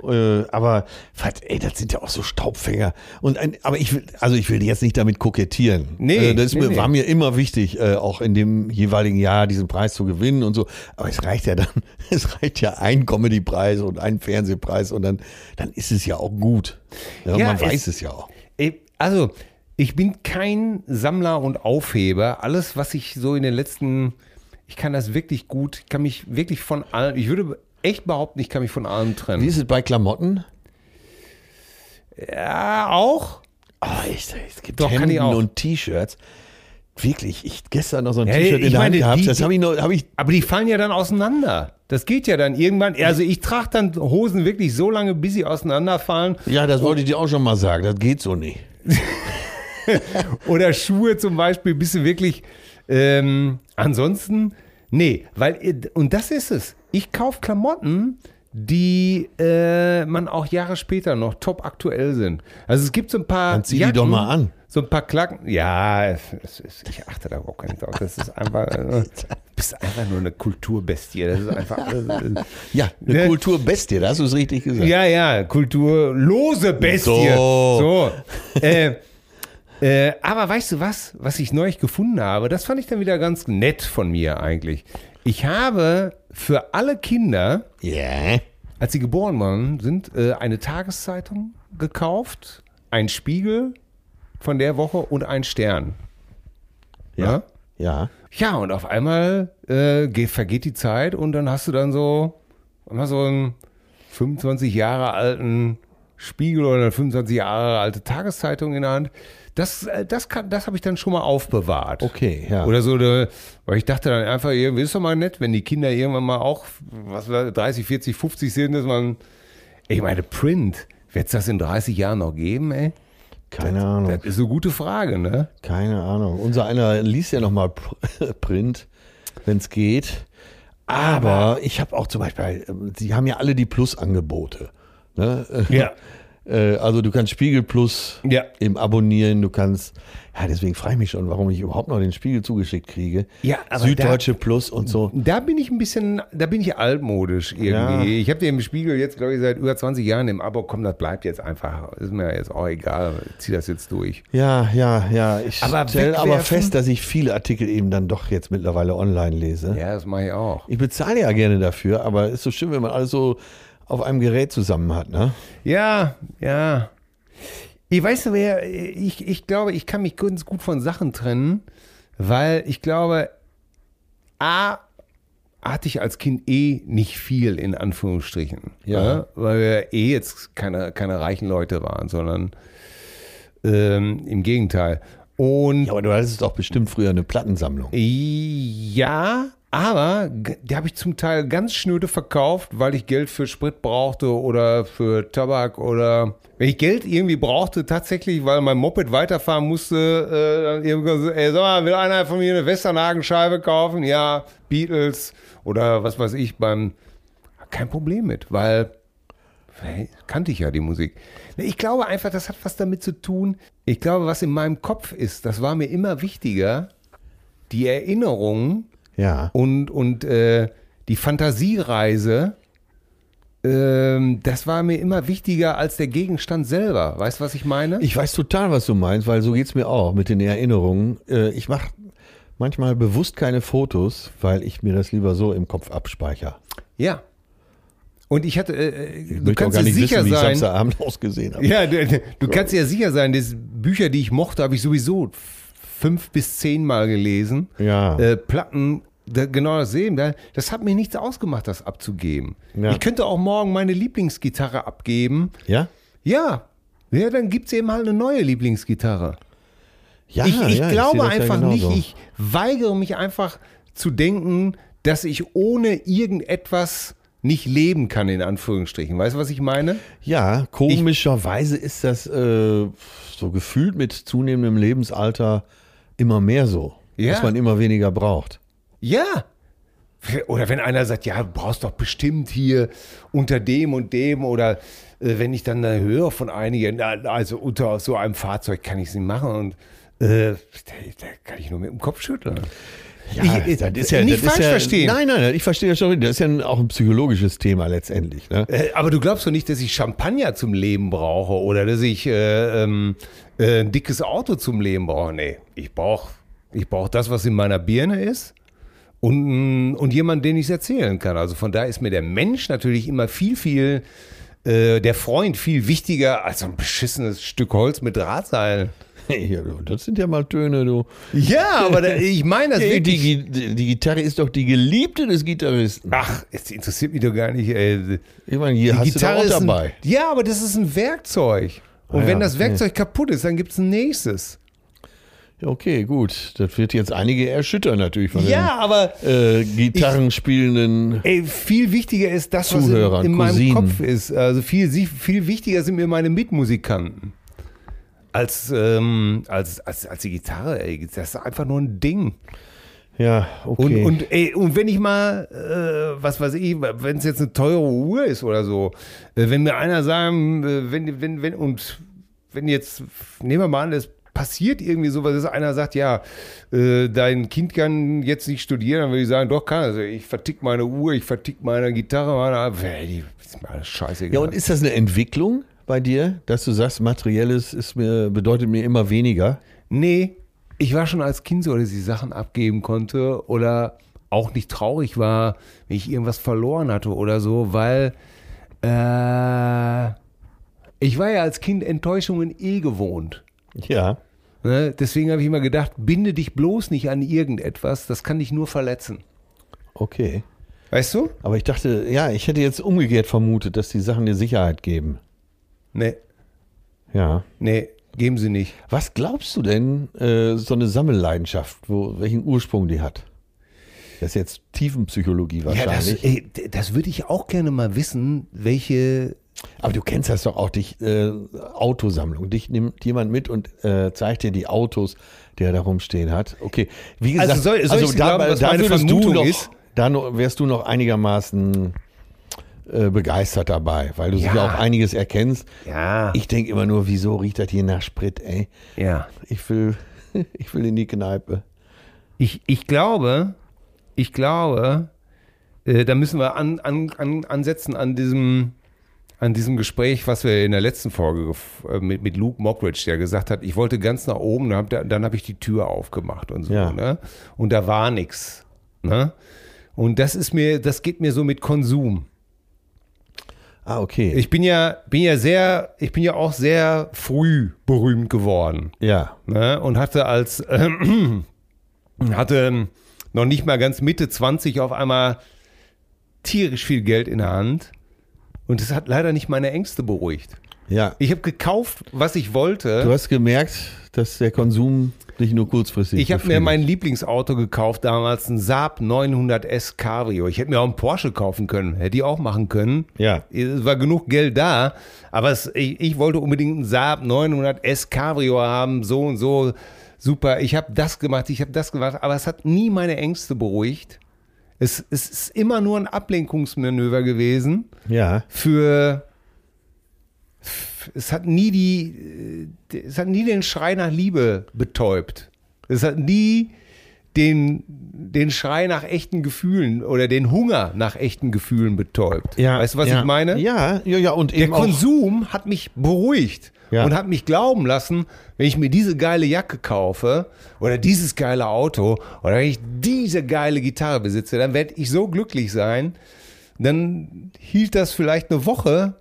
[SPEAKER 2] Äh, aber was, ey, das sind ja auch so Staubfänger. Und ein, aber ich will, also ich will jetzt nicht damit kokettieren.
[SPEAKER 3] Nee,
[SPEAKER 2] äh, das ist
[SPEAKER 3] nee,
[SPEAKER 2] mir,
[SPEAKER 3] nee.
[SPEAKER 2] war mir immer wichtig, äh, auch in dem jeweiligen Jahr diesen Preis zu gewinnen und so. Aber es reicht ja dann, (laughs) es reicht ja ein Comedy-Preis und ein Fernsehpreis und dann, dann ist es ja auch gut. Ja,
[SPEAKER 3] Ja,
[SPEAKER 2] man
[SPEAKER 3] es-
[SPEAKER 2] weiß es ja auch.
[SPEAKER 3] Ey, Also, ich bin kein Sammler und Aufheber. Alles, was ich so in den letzten, ich kann das wirklich gut, ich kann mich wirklich von allem, ich würde echt behaupten, ich kann mich von allem
[SPEAKER 2] Wie
[SPEAKER 3] trennen.
[SPEAKER 2] ist es bei Klamotten?
[SPEAKER 3] Ja, auch.
[SPEAKER 2] Ah, ich, es gibt
[SPEAKER 3] Doch, kann
[SPEAKER 2] Hemden
[SPEAKER 3] ich auch.
[SPEAKER 2] und T-Shirts. Wirklich, ich gestern noch so ein
[SPEAKER 3] Ja,
[SPEAKER 2] T-Shirt
[SPEAKER 3] ich
[SPEAKER 2] in der Hand
[SPEAKER 3] meine,
[SPEAKER 2] gehabt.
[SPEAKER 3] die-
[SPEAKER 2] das habe ich noch, habe ich
[SPEAKER 3] Aber die fallen ja dann auseinander. Das geht ja dann irgendwann. Also ich trage dann Hosen wirklich so lange, bis sie auseinanderfallen.
[SPEAKER 2] Ja, das wollte ich dir auch schon mal sagen. Das geht so nicht.
[SPEAKER 3] Oder Schuhe zum Beispiel, bis sie wirklich. Ähm, ansonsten Nee, weil, und das ist es. Ich kaufe Klamotten, die äh, man auch Jahre später noch top aktuell sind. Also es gibt so ein paar.
[SPEAKER 2] Dann zieh die doch mal an.
[SPEAKER 3] So ein paar Klacken. Ja, es, es, es, ich achte da überhaupt gar nicht drauf. Das ist einfach.
[SPEAKER 2] (laughs)
[SPEAKER 3] äh, Du bist einfach nur eine Kulturbestie. Das ist einfach. alles-
[SPEAKER 2] Ja, eine
[SPEAKER 3] Ne?
[SPEAKER 2] Kulturbestie, da hast du es richtig gesagt.
[SPEAKER 3] Ja, ja, kulturlose Bestie.
[SPEAKER 2] So.
[SPEAKER 3] So. Äh, äh, aber weißt du was, was ich neulich gefunden habe? Das fand ich dann wieder ganz nett von mir eigentlich. Ich habe für alle Kinder,
[SPEAKER 2] Ja.
[SPEAKER 3] als sie geboren waren, sind, äh, eine Tageszeitung gekauft, einen Spiegel von der Woche und einen Stern.
[SPEAKER 2] Ja. Ja.
[SPEAKER 3] Ja, und auf einmal äh, ge- vergeht die Zeit und dann hast du dann so immer so einen 25 Jahre alten Spiegel oder eine 25 Jahre alte Tageszeitung in der Hand. Das, äh, das, kann- das habe ich dann schon mal aufbewahrt.
[SPEAKER 2] Okay, ja.
[SPEAKER 3] Oder so, eine- weil ich dachte dann einfach, irgendwie ist doch mal nett, wenn die Kinder irgendwann mal auch was weiß ich, 30, 40, 50 sind, dass man, ich meine, Print, wird es das in 30 Jahren noch geben, ey?
[SPEAKER 2] Keine Ahnung.
[SPEAKER 3] Das ist eine gute Frage, ne?
[SPEAKER 2] Keine Ahnung. Unser einer liest ja nochmal (laughs) Print, wenn es geht. Aber ich habe auch zum Beispiel, äh, sie haben ja alle die Plus-Angebote. Ne?
[SPEAKER 3] Ja.
[SPEAKER 2] Äh, Also du kannst Spiegel Plus
[SPEAKER 3] Ja.
[SPEAKER 2] im Abonnieren, du kannst, ja deswegen freue ich mich schon, warum ich überhaupt noch den Spiegel zugeschickt kriege.
[SPEAKER 3] Ja, aber
[SPEAKER 2] Süddeutsche Plus und so.
[SPEAKER 3] Da bin ich ein bisschen, da bin ich altmodisch irgendwie.
[SPEAKER 2] Ja.
[SPEAKER 3] Ich habe den Spiegel jetzt, glaube ich, seit über 20 Jahren im Abo. Komm, das bleibt jetzt einfach. Ist mir jetzt auch egal. Ich zieh das jetzt durch.
[SPEAKER 2] Ja, ja, ja. Ich
[SPEAKER 3] Aber
[SPEAKER 2] stelle aber
[SPEAKER 3] wegwerfen?
[SPEAKER 2] fest, dass ich viele Artikel eben dann doch jetzt mittlerweile online lese.
[SPEAKER 3] Ja, das mache ich auch.
[SPEAKER 2] Ich bezahle ja gerne dafür, aber ist so schön, wenn man alles so auf einem Gerät zusammen hat, ne?
[SPEAKER 3] Ja, ja. Ich weiß nicht, wer, ich, ich glaube, ich kann mich ganz gut von Sachen trennen, weil ich glaube, A, hatte ich als Kind eh nicht viel in Anführungsstrichen.
[SPEAKER 2] Ja.
[SPEAKER 3] Weil wir eh jetzt keine, keine reichen Leute waren, sondern ähm, im Gegenteil. Und
[SPEAKER 2] Ja, aber du hattest doch bestimmt früher eine Plattensammlung.
[SPEAKER 3] ja, aber g- die habe ich zum Teil ganz schnöde verkauft, weil ich Geld für Sprit brauchte oder für Tabak oder wenn ich Geld irgendwie brauchte, tatsächlich, weil mein Moped weiterfahren musste, äh, dann irgendwann so, ey, sag mal, will einer von mir eine Westernhagenscheibe kaufen? Ja, Beatles oder was weiß ich beim kein Problem mit, weil hey, kannte ich ja die Musik. Ich glaube einfach, das hat was damit zu tun. Ich glaube, was in meinem Kopf ist, das war mir immer wichtiger, die Erinnerungen
[SPEAKER 2] Ja.
[SPEAKER 3] und, und äh, die Fantasiereise, ähm, das war mir immer wichtiger als der Gegenstand selber. Weißt du, was ich meine?
[SPEAKER 2] Ich weiß total, was du meinst, weil so geht's mir auch mit den Erinnerungen. Äh, Ich mache manchmal bewusst keine Fotos, weil ich mir das lieber so im Kopf abspeichere.
[SPEAKER 3] ja. Und ich hatte, äh,
[SPEAKER 2] Ich
[SPEAKER 3] du
[SPEAKER 2] möchte auch
[SPEAKER 3] kannst
[SPEAKER 2] gar
[SPEAKER 3] dir
[SPEAKER 2] nicht
[SPEAKER 3] sicher
[SPEAKER 2] wissen, wie ich
[SPEAKER 3] sein,
[SPEAKER 2] Samstagabend (laughs) ausgesehen habe.
[SPEAKER 3] (laughs) Ja, du, du kannst ja sicher sein, dass Bücher, die ich mochte, habe ich sowieso f- fünf bis zehnmal gelesen.
[SPEAKER 2] Ja.
[SPEAKER 3] Äh, Platten, da, genau das sehen. Da, das hat mir nichts ausgemacht, das abzugeben.
[SPEAKER 2] Ja.
[SPEAKER 3] Ich könnte auch morgen meine Lieblingsgitarre abgeben.
[SPEAKER 2] Ja?
[SPEAKER 3] Ja. Ja, dann gibt es eben halt eine neue Lieblingsgitarre.
[SPEAKER 2] Ah, Ja,
[SPEAKER 3] ich ich
[SPEAKER 2] ja,
[SPEAKER 3] glaube
[SPEAKER 2] sehe das ja
[SPEAKER 3] einfach
[SPEAKER 2] genauso.
[SPEAKER 3] nicht, ich weigere mich einfach zu denken, dass ich ohne irgendetwas nicht leben kann, in Anführungsstrichen. Weißt du, was ich meine?
[SPEAKER 2] Ja, komischerweise ist das äh, so gefühlt mit zunehmendem Lebensalter immer mehr so,
[SPEAKER 3] Ja.
[SPEAKER 2] dass man immer weniger braucht.
[SPEAKER 3] Ja. Oder wenn einer sagt, ja, du brauchst doch bestimmt hier unter dem und dem oder äh, wenn ich dann da höre von einigen, na, also unter so einem Fahrzeug kann ich es nicht machen und äh, da, da kann ich nur mit dem Kopf schütteln. Ich- nicht falsch verstehen.
[SPEAKER 2] Nein, nein, nein, ich verstehe das schon. Das ist ja ein- auch ein psychologisches Thema letztendlich. (laughs) Ne?
[SPEAKER 3] Äh, aber du glaubst doch nicht, dass ich Champagner zum Leben brauche oder dass ich äh, ähm, äh, ein dickes Auto zum Leben brauche. Nee, ich brauche ich brauch das, was in meiner Birne ist und, mm, und jemand, den ich es erzählen kann. Also von daher ist mir der Mensch natürlich immer viel, viel, äh, der Freund viel wichtiger als so ein beschissenes Stück Holz mit Drahtseilen.
[SPEAKER 2] Hey, ja, du, das sind ja mal Töne, du.
[SPEAKER 3] Ja, aber (laughs) da, ich meine das
[SPEAKER 2] Die,
[SPEAKER 3] wirklich.
[SPEAKER 2] die, die, die Gitarre ist doch die Geliebte des Gitarristen.
[SPEAKER 3] Ach, es interessiert mich doch gar nicht. äh, Ey.
[SPEAKER 2] Ich meine, hier
[SPEAKER 3] Die
[SPEAKER 2] hast
[SPEAKER 3] Gitarre
[SPEAKER 2] du da auch
[SPEAKER 3] ist
[SPEAKER 2] dabei.
[SPEAKER 3] Ein, ja, aber das ist ein Werkzeug. Und
[SPEAKER 2] Ah ja,
[SPEAKER 3] wenn das
[SPEAKER 2] okay.
[SPEAKER 3] Werkzeug kaputt ist, dann gibt es ein nächstes.
[SPEAKER 2] Okay, gut. Das wird jetzt einige erschüttern natürlich von
[SPEAKER 3] Ja, aber
[SPEAKER 2] den äh, Gitarrenspielenden.
[SPEAKER 3] ey, viel wichtiger ist das, was
[SPEAKER 2] Zuhörern,
[SPEAKER 3] in, in meinem
[SPEAKER 2] Cousinen.
[SPEAKER 3] Kopf ist. Also viel, sie- viel wichtiger sind mir meine Mitmusikanten. Als, ähm, als, als, als die Gitarre, ey. Das ist einfach nur ein Ding.
[SPEAKER 2] Ja,
[SPEAKER 3] Und,
[SPEAKER 2] okay.
[SPEAKER 3] und, ey, und wenn ich mal, äh, was weiß ich, wenn es jetzt eine teure Uhr ist oder so, äh, wenn mir einer sagen, äh, wenn, wenn, wenn, und wenn jetzt, nehmen wir mal an, es passiert irgendwie sowas, dass einer sagt, ja, äh, dein Kind kann jetzt nicht studieren, dann würde ich sagen, doch kann, also ich vertick meine Uhr, ich vertick meine Gitarre, meine, Pff, die ist mir alles scheißegal.
[SPEAKER 2] ja, und ist das eine Entwicklung bei dir, dass du sagst, materielles ist mir, bedeutet mir immer weniger?
[SPEAKER 3] Nee, ich war schon als Kind so, dass ich Sachen abgeben konnte oder auch nicht traurig war, wenn ich irgendwas verloren hatte oder so, weil äh, ich war ja als Kind Enttäuschungen eh gewohnt.
[SPEAKER 2] Ja.
[SPEAKER 3] Ne? Deswegen habe ich immer gedacht, binde dich bloß nicht an irgendetwas, das kann dich nur verletzen.
[SPEAKER 2] Okay.
[SPEAKER 3] Weißt du?
[SPEAKER 2] Aber ich dachte, ja, ich hätte jetzt umgekehrt vermutet, dass die Sachen dir Sicherheit geben.
[SPEAKER 3] Nee,
[SPEAKER 2] Ja.
[SPEAKER 3] nee, geben sie nicht.
[SPEAKER 2] Was glaubst du denn, äh, so eine Sammelleidenschaft, wo, welchen Ursprung die hat? Das ist jetzt Tiefenpsychologie
[SPEAKER 3] Ja, das,
[SPEAKER 2] wahrscheinlich.
[SPEAKER 3] ey, d- das würde ich auch gerne mal wissen, welche
[SPEAKER 2] Aber du kennst das doch auch, dich äh, Autosammlung. Dich nimmt jemand mit und äh, zeigt dir die Autos, die er da rumstehen hat. Okay, wie gesagt,
[SPEAKER 3] Also soll- soll ich dir glauben, was
[SPEAKER 2] da
[SPEAKER 3] meine
[SPEAKER 2] wirst du
[SPEAKER 3] Vermutung
[SPEAKER 2] noch,
[SPEAKER 3] ist?
[SPEAKER 2] da no- wärst du noch einigermaßen äh, begeistert dabei, weil du ja.
[SPEAKER 3] Ja.
[SPEAKER 2] auch einiges erkennst.
[SPEAKER 3] Ja.
[SPEAKER 2] Ich denke immer nur, wieso riecht das hier nach Sprit, ey?
[SPEAKER 3] ja.
[SPEAKER 2] Ich will, (laughs) ich will in die Kneipe.
[SPEAKER 3] Ich, ich glaube, ich glaube, äh, da müssen wir an, an, an, ansetzen an diesem, an diesem Gespräch, was wir in der letzten Folge gef- äh, mit, mit Luke Mockridge, der gesagt hat, ich wollte ganz nach oben, dann habe dann hab ich die Tür aufgemacht und so.
[SPEAKER 2] Ja.
[SPEAKER 3] Ne? Und da war nichts. Ne? Und das ist mir, das geht mir so mit Konsum.
[SPEAKER 2] Ah, okay.
[SPEAKER 3] Ich bin ja, bin ja sehr, ich bin ja auch sehr früh berühmt geworden
[SPEAKER 2] ja.
[SPEAKER 3] ne, und hatte als ähm, (clears throat) hatte noch nicht mal ganz Mitte 20 auf einmal tierisch viel Geld in der Hand und es hat leider nicht meine Ängste beruhigt.
[SPEAKER 2] Ja.
[SPEAKER 3] Ich habe gekauft, was ich
[SPEAKER 2] Du
[SPEAKER 3] wollte.
[SPEAKER 2] hast gemerkt, dass der Konsum dich nur kurzfristig
[SPEAKER 3] Ich habe mir
[SPEAKER 2] befriedigt.
[SPEAKER 3] mein Lieblingsauto gekauft damals, ein Saab 900S Cabrio. Ich hätte mir auch einen Porsche kaufen können, hätte ich auch machen können.
[SPEAKER 2] Ja.
[SPEAKER 3] Es war genug Geld da, aber es, ich, ich wollte unbedingt einen Saab 900S Cabrio haben, so und so. Super, ich habe das gemacht, ich habe das gemacht, aber es hat nie meine Ängste beruhigt. Es, es ist immer nur ein Ablenkungsmanöver gewesen
[SPEAKER 2] Ja.
[SPEAKER 3] für. f- Es hat nie die. äh, Es hat nie den Schrei nach Liebe betäubt. Es hat nie den, den Schrei nach echten Gefühlen oder den Hunger nach echten Gefühlen betäubt.
[SPEAKER 2] Ja,
[SPEAKER 3] weißt du, was
[SPEAKER 2] ja.
[SPEAKER 3] ich meine?
[SPEAKER 2] Ja, ja, ja. Und
[SPEAKER 3] Der
[SPEAKER 2] eben auch,
[SPEAKER 3] Konsum hat mich beruhigt
[SPEAKER 2] Ja.
[SPEAKER 3] und hat mich glauben lassen, wenn ich mir diese geile Jacke kaufe oder dieses geile Auto oder wenn ich diese geile Gitarre besitze, dann werde ich so glücklich sein. Dann hielt das vielleicht eine Woche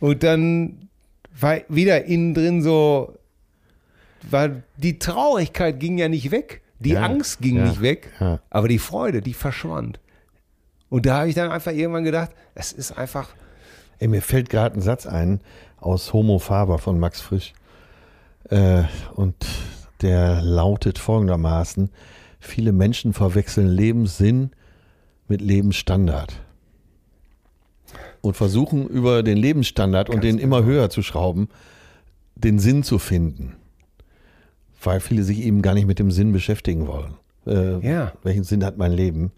[SPEAKER 3] und dann war wieder innen drin so, war die Traurigkeit ging ja nicht weg, die
[SPEAKER 2] Ja,
[SPEAKER 3] Angst ging
[SPEAKER 2] ja,
[SPEAKER 3] nicht weg,
[SPEAKER 2] ja.
[SPEAKER 3] aber die Freude, die verschwand. Und da habe ich dann einfach irgendwann gedacht, es ist einfach
[SPEAKER 2] ey, mir fällt gerade ein Satz ein aus Homo Faber von Max Frisch. Äh, und der lautet folgendermaßen: Viele Menschen verwechseln Lebenssinn mit Lebensstandard. Und versuchen über den Lebensstandard und den
[SPEAKER 3] genau.
[SPEAKER 2] immer höher zu schrauben, den Sinn zu finden. Weil viele sich eben gar nicht mit dem Sinn beschäftigen wollen. Äh,
[SPEAKER 3] Ja.
[SPEAKER 2] Welchen Sinn hat mein Leben?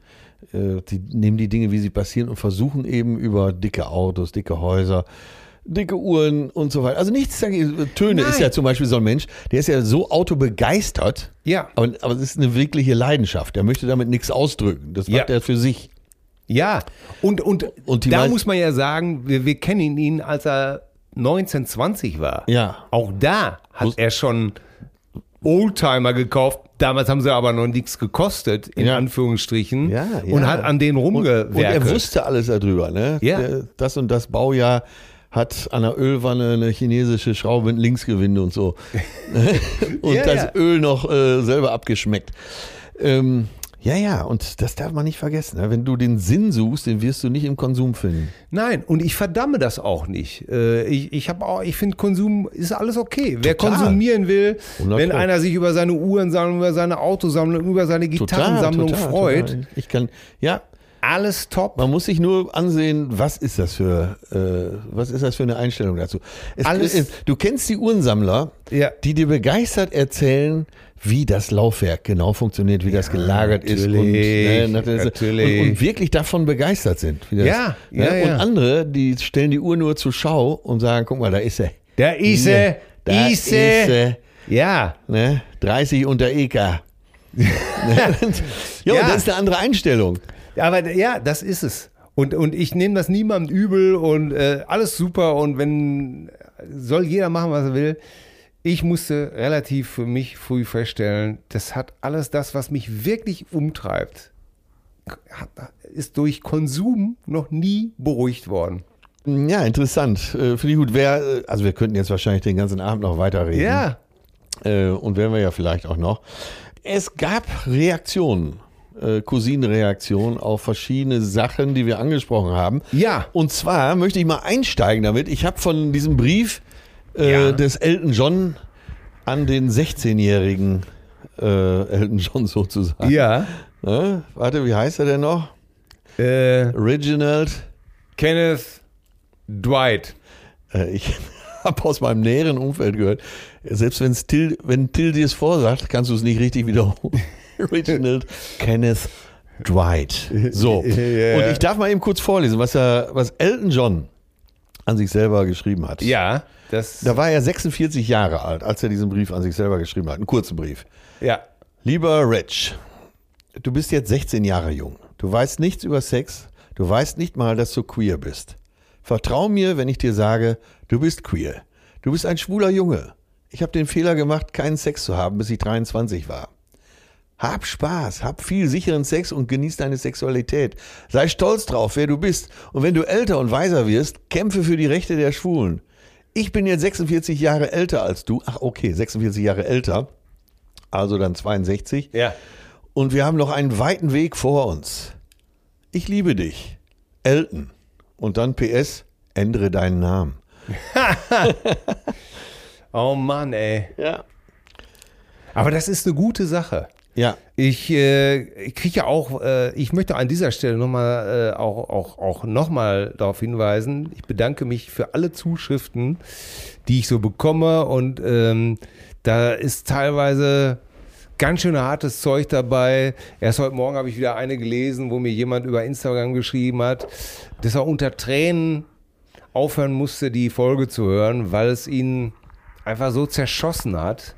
[SPEAKER 2] Äh, die nehmen die Dinge, wie sie passieren und versuchen eben über dicke Autos, dicke Häuser, dicke Uhren und so weiter. Also nichts dagegen. Töne
[SPEAKER 3] Nein.
[SPEAKER 2] ist ja zum Beispiel so ein Mensch, der ist ja so autobegeistert.
[SPEAKER 3] Ja.
[SPEAKER 2] Aber, aber es ist eine wirkliche Leidenschaft. Er möchte damit nichts ausdrücken. Das
[SPEAKER 3] Ja.
[SPEAKER 2] macht er für sich.
[SPEAKER 3] Ja, und, und,
[SPEAKER 2] Und die
[SPEAKER 3] da
[SPEAKER 2] meisten-
[SPEAKER 3] muss man ja sagen, wir, wir kennen ihn, als er 19, 20 war.
[SPEAKER 2] Ja.
[SPEAKER 3] Auch da hat er schon Oldtimer gekauft. Damals haben sie aber noch nichts gekostet, in
[SPEAKER 2] Ja.
[SPEAKER 3] Anführungsstrichen.
[SPEAKER 2] Ja, ja.
[SPEAKER 3] Und hat an denen
[SPEAKER 2] Und er
[SPEAKER 3] rumgewerkelt.
[SPEAKER 2] wusste alles darüber. Ne?
[SPEAKER 3] Ja.
[SPEAKER 2] Der, das und das Baujahr hat an der Ölwanne eine chinesische Schraube mit Linksgewinde und
[SPEAKER 3] (laughs)
[SPEAKER 2] so. (laughs) und
[SPEAKER 3] Ja,
[SPEAKER 2] das
[SPEAKER 3] ja.
[SPEAKER 2] Öl noch äh, selber abgeschmeckt. Ähm, ja, ja, und das darf man nicht vergessen. Ne? Wenn du den Sinn suchst, den wirst du nicht im Konsum finden.
[SPEAKER 3] Nein, und ich verdamme das auch nicht. Äh, Ich, ich, hab auch- ich finde, Konsum ist alles okay. Wer
[SPEAKER 2] Total.
[SPEAKER 3] konsumieren will,
[SPEAKER 2] 100
[SPEAKER 3] wenn
[SPEAKER 2] Pro.
[SPEAKER 3] einer sich über seine Uhrensammlung, über seine Autosammlung, über seine Gitarrensammlung freut,
[SPEAKER 2] Total. Ich kann, ja,
[SPEAKER 3] alles top.
[SPEAKER 2] Man muss sich nur ansehen, was ist das für, äh, was ist das für eine Einstellung dazu. Es,
[SPEAKER 3] Alles-
[SPEAKER 2] es, du kennst die Uhrensammler,
[SPEAKER 3] Ja.
[SPEAKER 2] die dir begeistert erzählen, wie das Laufwerk genau funktioniert, wie das gelagert ist und,
[SPEAKER 3] natürlich,
[SPEAKER 2] nach der-
[SPEAKER 3] natürlich.
[SPEAKER 2] Und, und wirklich davon begeistert sind. Wie das, ne?
[SPEAKER 3] Ja, ja,
[SPEAKER 2] Und
[SPEAKER 3] ja.
[SPEAKER 2] andere, die stellen die Uhr nur zur Schau und sagen, guck mal, da ist er. Ne,
[SPEAKER 3] Da ist er.
[SPEAKER 2] Da
[SPEAKER 3] ist
[SPEAKER 2] ist
[SPEAKER 3] er.
[SPEAKER 2] er.
[SPEAKER 3] Ja.
[SPEAKER 2] Ne? 30 unter E EK.
[SPEAKER 3] (laughs)
[SPEAKER 2] ja, (laughs) ja,
[SPEAKER 3] Ja.
[SPEAKER 2] und das ist eine andere Einstellung.
[SPEAKER 3] Aber ja, das ist es. Und, und ich nehme das niemandem übel und äh, alles super und wenn soll jeder machen, was er will. Ich musste relativ für mich früh feststellen, das hat alles das, was mich wirklich umtreibt, hat, ist durch Konsum noch nie beruhigt worden.
[SPEAKER 2] Hm, Ja, interessant. Äh, Finde ich gut. Wer, äh, also wir könnten jetzt wahrscheinlich den ganzen Abend noch weiterreden.
[SPEAKER 3] Ja,
[SPEAKER 2] Äh, und werden wir ja vielleicht auch noch. Es gab Reaktionen, äh, Cousinenreaktionen auf verschiedene Sachen, die wir angesprochen haben.
[SPEAKER 3] Ja.
[SPEAKER 2] Und zwar möchte ich mal einsteigen damit. Ich habe von diesem Brief äh,
[SPEAKER 3] Ja.
[SPEAKER 2] des Elton John an den 16-jährigen äh, Elton John sozusagen.
[SPEAKER 3] Mhm. ja.
[SPEAKER 2] Ne? Warte, wie heißt er denn noch?
[SPEAKER 3] Äh,
[SPEAKER 2] Reginald.
[SPEAKER 3] Kenneth Dwight.
[SPEAKER 2] Äh, Ich (laughs) habe aus meinem näheren Umfeld gehört, selbst wenn's Till, wenn Till dir es vorsagt, kannst du es nicht richtig wiederholen. (laughs) Reginald Kenneth Dwight. So.
[SPEAKER 3] (laughs) Ja.
[SPEAKER 2] Und ich darf mal eben kurz vorlesen, was, er, was Elton John an sich selber geschrieben hat.
[SPEAKER 3] Ja, das.
[SPEAKER 2] Da war er 46 Jahre alt, als er diesen Brief an sich selber geschrieben hat. Einen kurzen Brief.
[SPEAKER 3] ja.
[SPEAKER 2] Lieber Rich, du bist jetzt 16 Jahre jung. Du weißt nichts über Sex. Du weißt nicht mal, dass du queer bist. Vertrau mir, wenn ich dir sage, du bist queer. Du bist ein schwuler Junge. Ich habe den Fehler gemacht, keinen Sex zu haben, bis ich 23 war. Hab Spaß, hab viel sicheren Sex und genieß deine Sexualität. Sei stolz drauf, wer du bist. Und wenn du älter und weiser wirst, kämpfe für die Rechte der Schwulen. Ich bin jetzt 46 Jahre älter als du. Ach, okay, 46 Jahre älter. Also dann 62
[SPEAKER 3] Ja.
[SPEAKER 2] und wir haben noch einen weiten Weg vor uns. Ich liebe dich, Elton. Und dann PS, ändere deinen Namen.
[SPEAKER 3] Oh Mann, ey.
[SPEAKER 2] Ja.
[SPEAKER 3] Aber das ist eine gute Sache.
[SPEAKER 2] Ja,
[SPEAKER 3] Ich, äh, ich kriege ja auch, äh, ich möchte an dieser Stelle nochmal äh, auch, auch, auch nochmal darauf hinweisen. Ich bedanke mich für alle Zuschriften, die ich so bekomme. Und ähm, da ist teilweise ganz schön hartes Zeug dabei. Erst heute Morgen habe ich wieder eine gelesen, wo mir jemand über Instagram geschrieben hat, dass er unter Tränen aufhören musste, die Folge zu hören, weil es ihn einfach so zerschossen hat.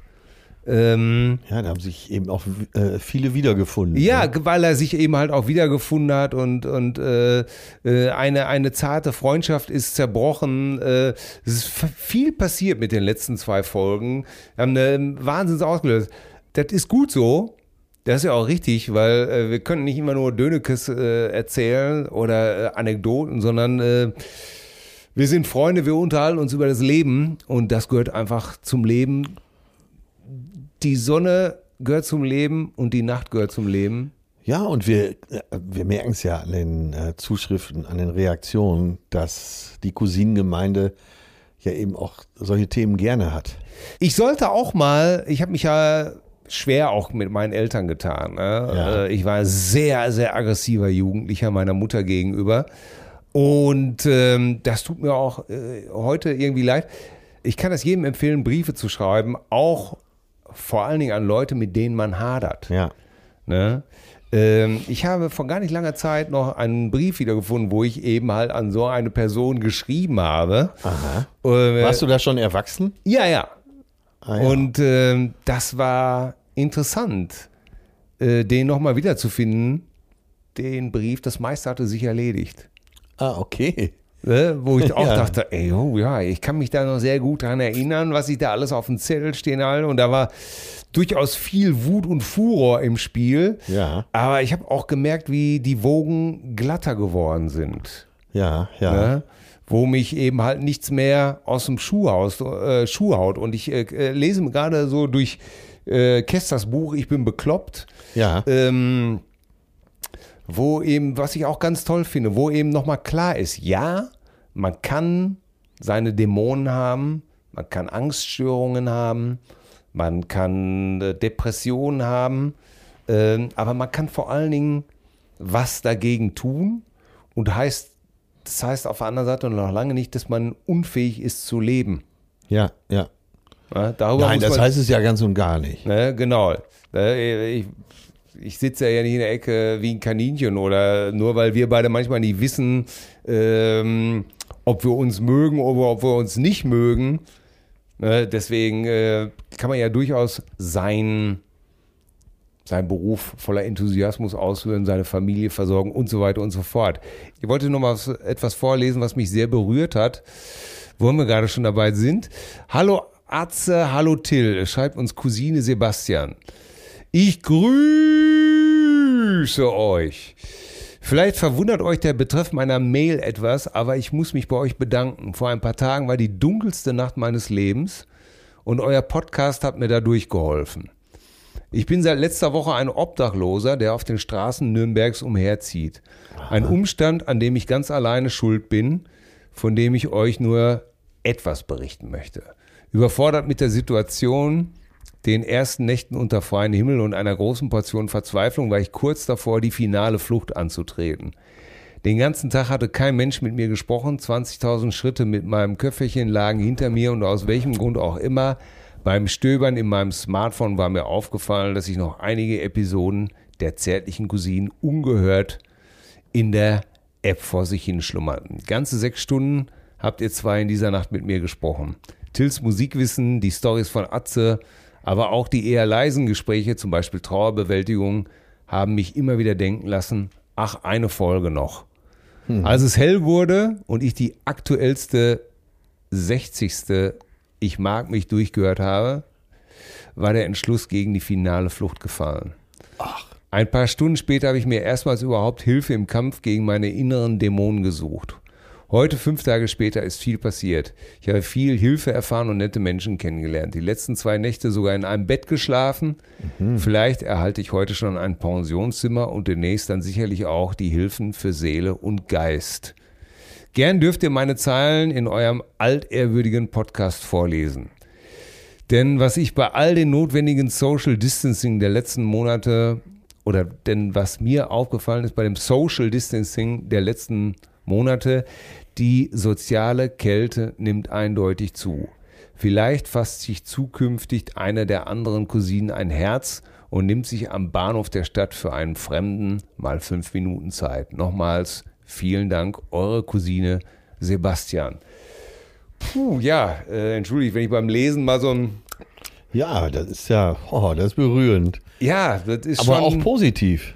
[SPEAKER 3] Ähm,
[SPEAKER 2] ja, da haben sich eben auch äh, viele wiedergefunden.
[SPEAKER 3] ja,
[SPEAKER 2] ne?
[SPEAKER 3] ge- weil er sich eben halt auch wiedergefunden hat und, und äh, äh, eine, eine zarte Freundschaft ist zerbrochen. Äh, es ist f- viel passiert mit den letzten zwei Folgen. Wir haben eine Wahnsinns ausgelöst. Das ist gut so. Das ist ja auch richtig, weil äh, wir können nicht immer nur Dönekes äh, erzählen oder äh, Anekdoten, sondern äh, wir sind Freunde, wir unterhalten uns über das Leben und das gehört einfach zum Leben die Sonne gehört zum Leben und die Nacht gehört zum Leben.
[SPEAKER 2] Ja, und wir, äh, wir merken es ja an den äh, Zuschriften, an den Reaktionen, dass die Cousinengemeinde ja eben auch solche Themen gerne hat.
[SPEAKER 3] Ich sollte auch mal, ich habe mich ja schwer auch mit meinen Eltern getan. Ne?
[SPEAKER 2] Ja.
[SPEAKER 3] Äh, Ich war ein sehr, sehr aggressiver Jugendlicher meiner Mutter gegenüber. Und ähm, das tut mir auch äh, heute irgendwie leid. Ich kann das jedem empfehlen, Briefe zu schreiben, auch vor allen Dingen an Leute, mit denen man hadert.
[SPEAKER 2] Ja.
[SPEAKER 3] Ne? Ähm, ich habe vor gar nicht langer Zeit noch einen Brief wiedergefunden, wo ich eben halt an so eine Person geschrieben habe.
[SPEAKER 2] Aha.
[SPEAKER 3] Ähm,
[SPEAKER 2] Warst du da schon erwachsen?
[SPEAKER 3] ja, ja.
[SPEAKER 2] Ah, ja.
[SPEAKER 3] Und ähm, das war interessant, äh, den nochmal wiederzufinden. Den Brief, das meiste hatte sich erledigt.
[SPEAKER 2] ah, okay.
[SPEAKER 3] Ne? Wo
[SPEAKER 2] (laughs)
[SPEAKER 3] ich auch
[SPEAKER 2] Ja.
[SPEAKER 3] dachte, ey, oh ja, ich kann mich da noch sehr gut dran erinnern, was ich da alles auf dem Zettel stehen hatte. Und da war durchaus viel Wut und Furor im Spiel.
[SPEAKER 2] Ja,
[SPEAKER 3] Aber ich habe auch gemerkt, wie die Wogen glatter geworden sind.
[SPEAKER 2] ja, ja.
[SPEAKER 3] Ne? Wo mich eben halt nichts mehr aus dem Schuh, haust, äh, Schuh haut. Und ich äh, äh, lese mir gerade so durch äh, Kesters Buch Ich bin bekloppt,
[SPEAKER 2] Ja,
[SPEAKER 3] ähm, wo eben, was ich auch ganz toll finde, wo eben nochmal klar ist, ja, man kann seine Dämonen haben, man kann Angststörungen haben, man kann äh, Depressionen haben, ähm, aber man kann vor allen Dingen was dagegen tun und heißt, das heißt auf der anderen Seite noch lange nicht, dass man unfähig ist zu leben.
[SPEAKER 2] ja, ja.
[SPEAKER 3] Ne? Darüber
[SPEAKER 2] Nein,
[SPEAKER 3] muss
[SPEAKER 2] das
[SPEAKER 3] man,
[SPEAKER 2] heißt es ja ganz und gar nicht.
[SPEAKER 3] Ne? Genau. Ne? Ich, ich sitze ja nicht in der Ecke wie ein Kaninchen oder nur weil wir beide manchmal nicht wissen, ähm, ob wir uns mögen oder ob wir uns nicht mögen. Ne? Deswegen äh, kann man ja durchaus sein, seinen Beruf voller Enthusiasmus ausführen, seine Familie versorgen und so weiter und so fort. Ich wollte noch mal was- etwas vorlesen, was mich sehr berührt hat, wo wir gerade schon dabei sind. Hallo Atze, hallo Till, schreibt uns Cousine Sebastian. Ich grüße euch. Vielleicht verwundert euch der Betreff meiner Mail etwas, aber ich muss mich bei euch bedanken. Vor ein paar Tagen war die dunkelste Nacht meines Lebens und euer Podcast hat mir dadurch geholfen. Ich bin seit letzter Woche ein Obdachloser, der auf den Straßen Nürnbergs umherzieht. Ein Umstand, an dem ich ganz alleine schuld bin, von dem ich euch nur etwas berichten möchte. Überfordert mit der Situation, den ersten Nächten unter freiem Himmel und einer großen Portion Verzweiflung war ich kurz davor, die finale Flucht anzutreten. Den ganzen Tag hatte kein Mensch mit mir gesprochen. 20.000 Schritte mit meinem Köfferchen lagen hinter mir und aus welchem Grund auch immer. Beim Stöbern in meinem Smartphone war mir aufgefallen, dass ich noch einige Episoden der zärtlichen Cousinen ungehört in der App vor sich hinschlummerten. Ganze sechs Stunden habt ihr zwei in dieser Nacht mit mir gesprochen. Tills Musikwissen, die Stories von Atze, aber auch die eher leisen Gespräche, zum Beispiel Trauerbewältigung, haben mich immer wieder denken lassen, ach, eine Folge noch. Als es hell wurde und ich die aktuellste 60. Ich mag mich durchgehört habe, war der Entschluss gegen die finale Flucht gefallen. Ein paar Stunden später habe ich mir erstmals überhaupt Hilfe im Kampf gegen meine inneren Dämonen gesucht. Heute, fünf Tage später, ist viel passiert. Ich habe viel Hilfe erfahren und nette Menschen kennengelernt. Die letzten zwei Nächte sogar in einem Bett geschlafen. Vielleicht erhalte ich heute schon ein Pensionszimmer und demnächst dann sicherlich auch die Hilfen für Seele und Geist. Gern dürft ihr meine Zeilen in eurem altehrwürdigen Podcast vorlesen. Denn was ich bei all den notwendigen Social Distancing der letzten Monate oder denn was mir aufgefallen ist bei dem Social Distancing der letzten Monate, die soziale Kälte nimmt eindeutig zu. Vielleicht fasst sich zukünftig einer der anderen Cousinen ein Herz und nimmt sich am Bahnhof der Stadt für einen Fremden mal fünf Minuten Zeit. Nochmals vielen Dank, eure Cousine Sebastian. Puh, ja, äh, entschuldigt, wenn ich beim Lesen mal so ein.
[SPEAKER 2] Ja, das ist ja, oh, das ist berührend.
[SPEAKER 3] Ja, das ist
[SPEAKER 2] Aber auch
[SPEAKER 3] schon.
[SPEAKER 2] positiv.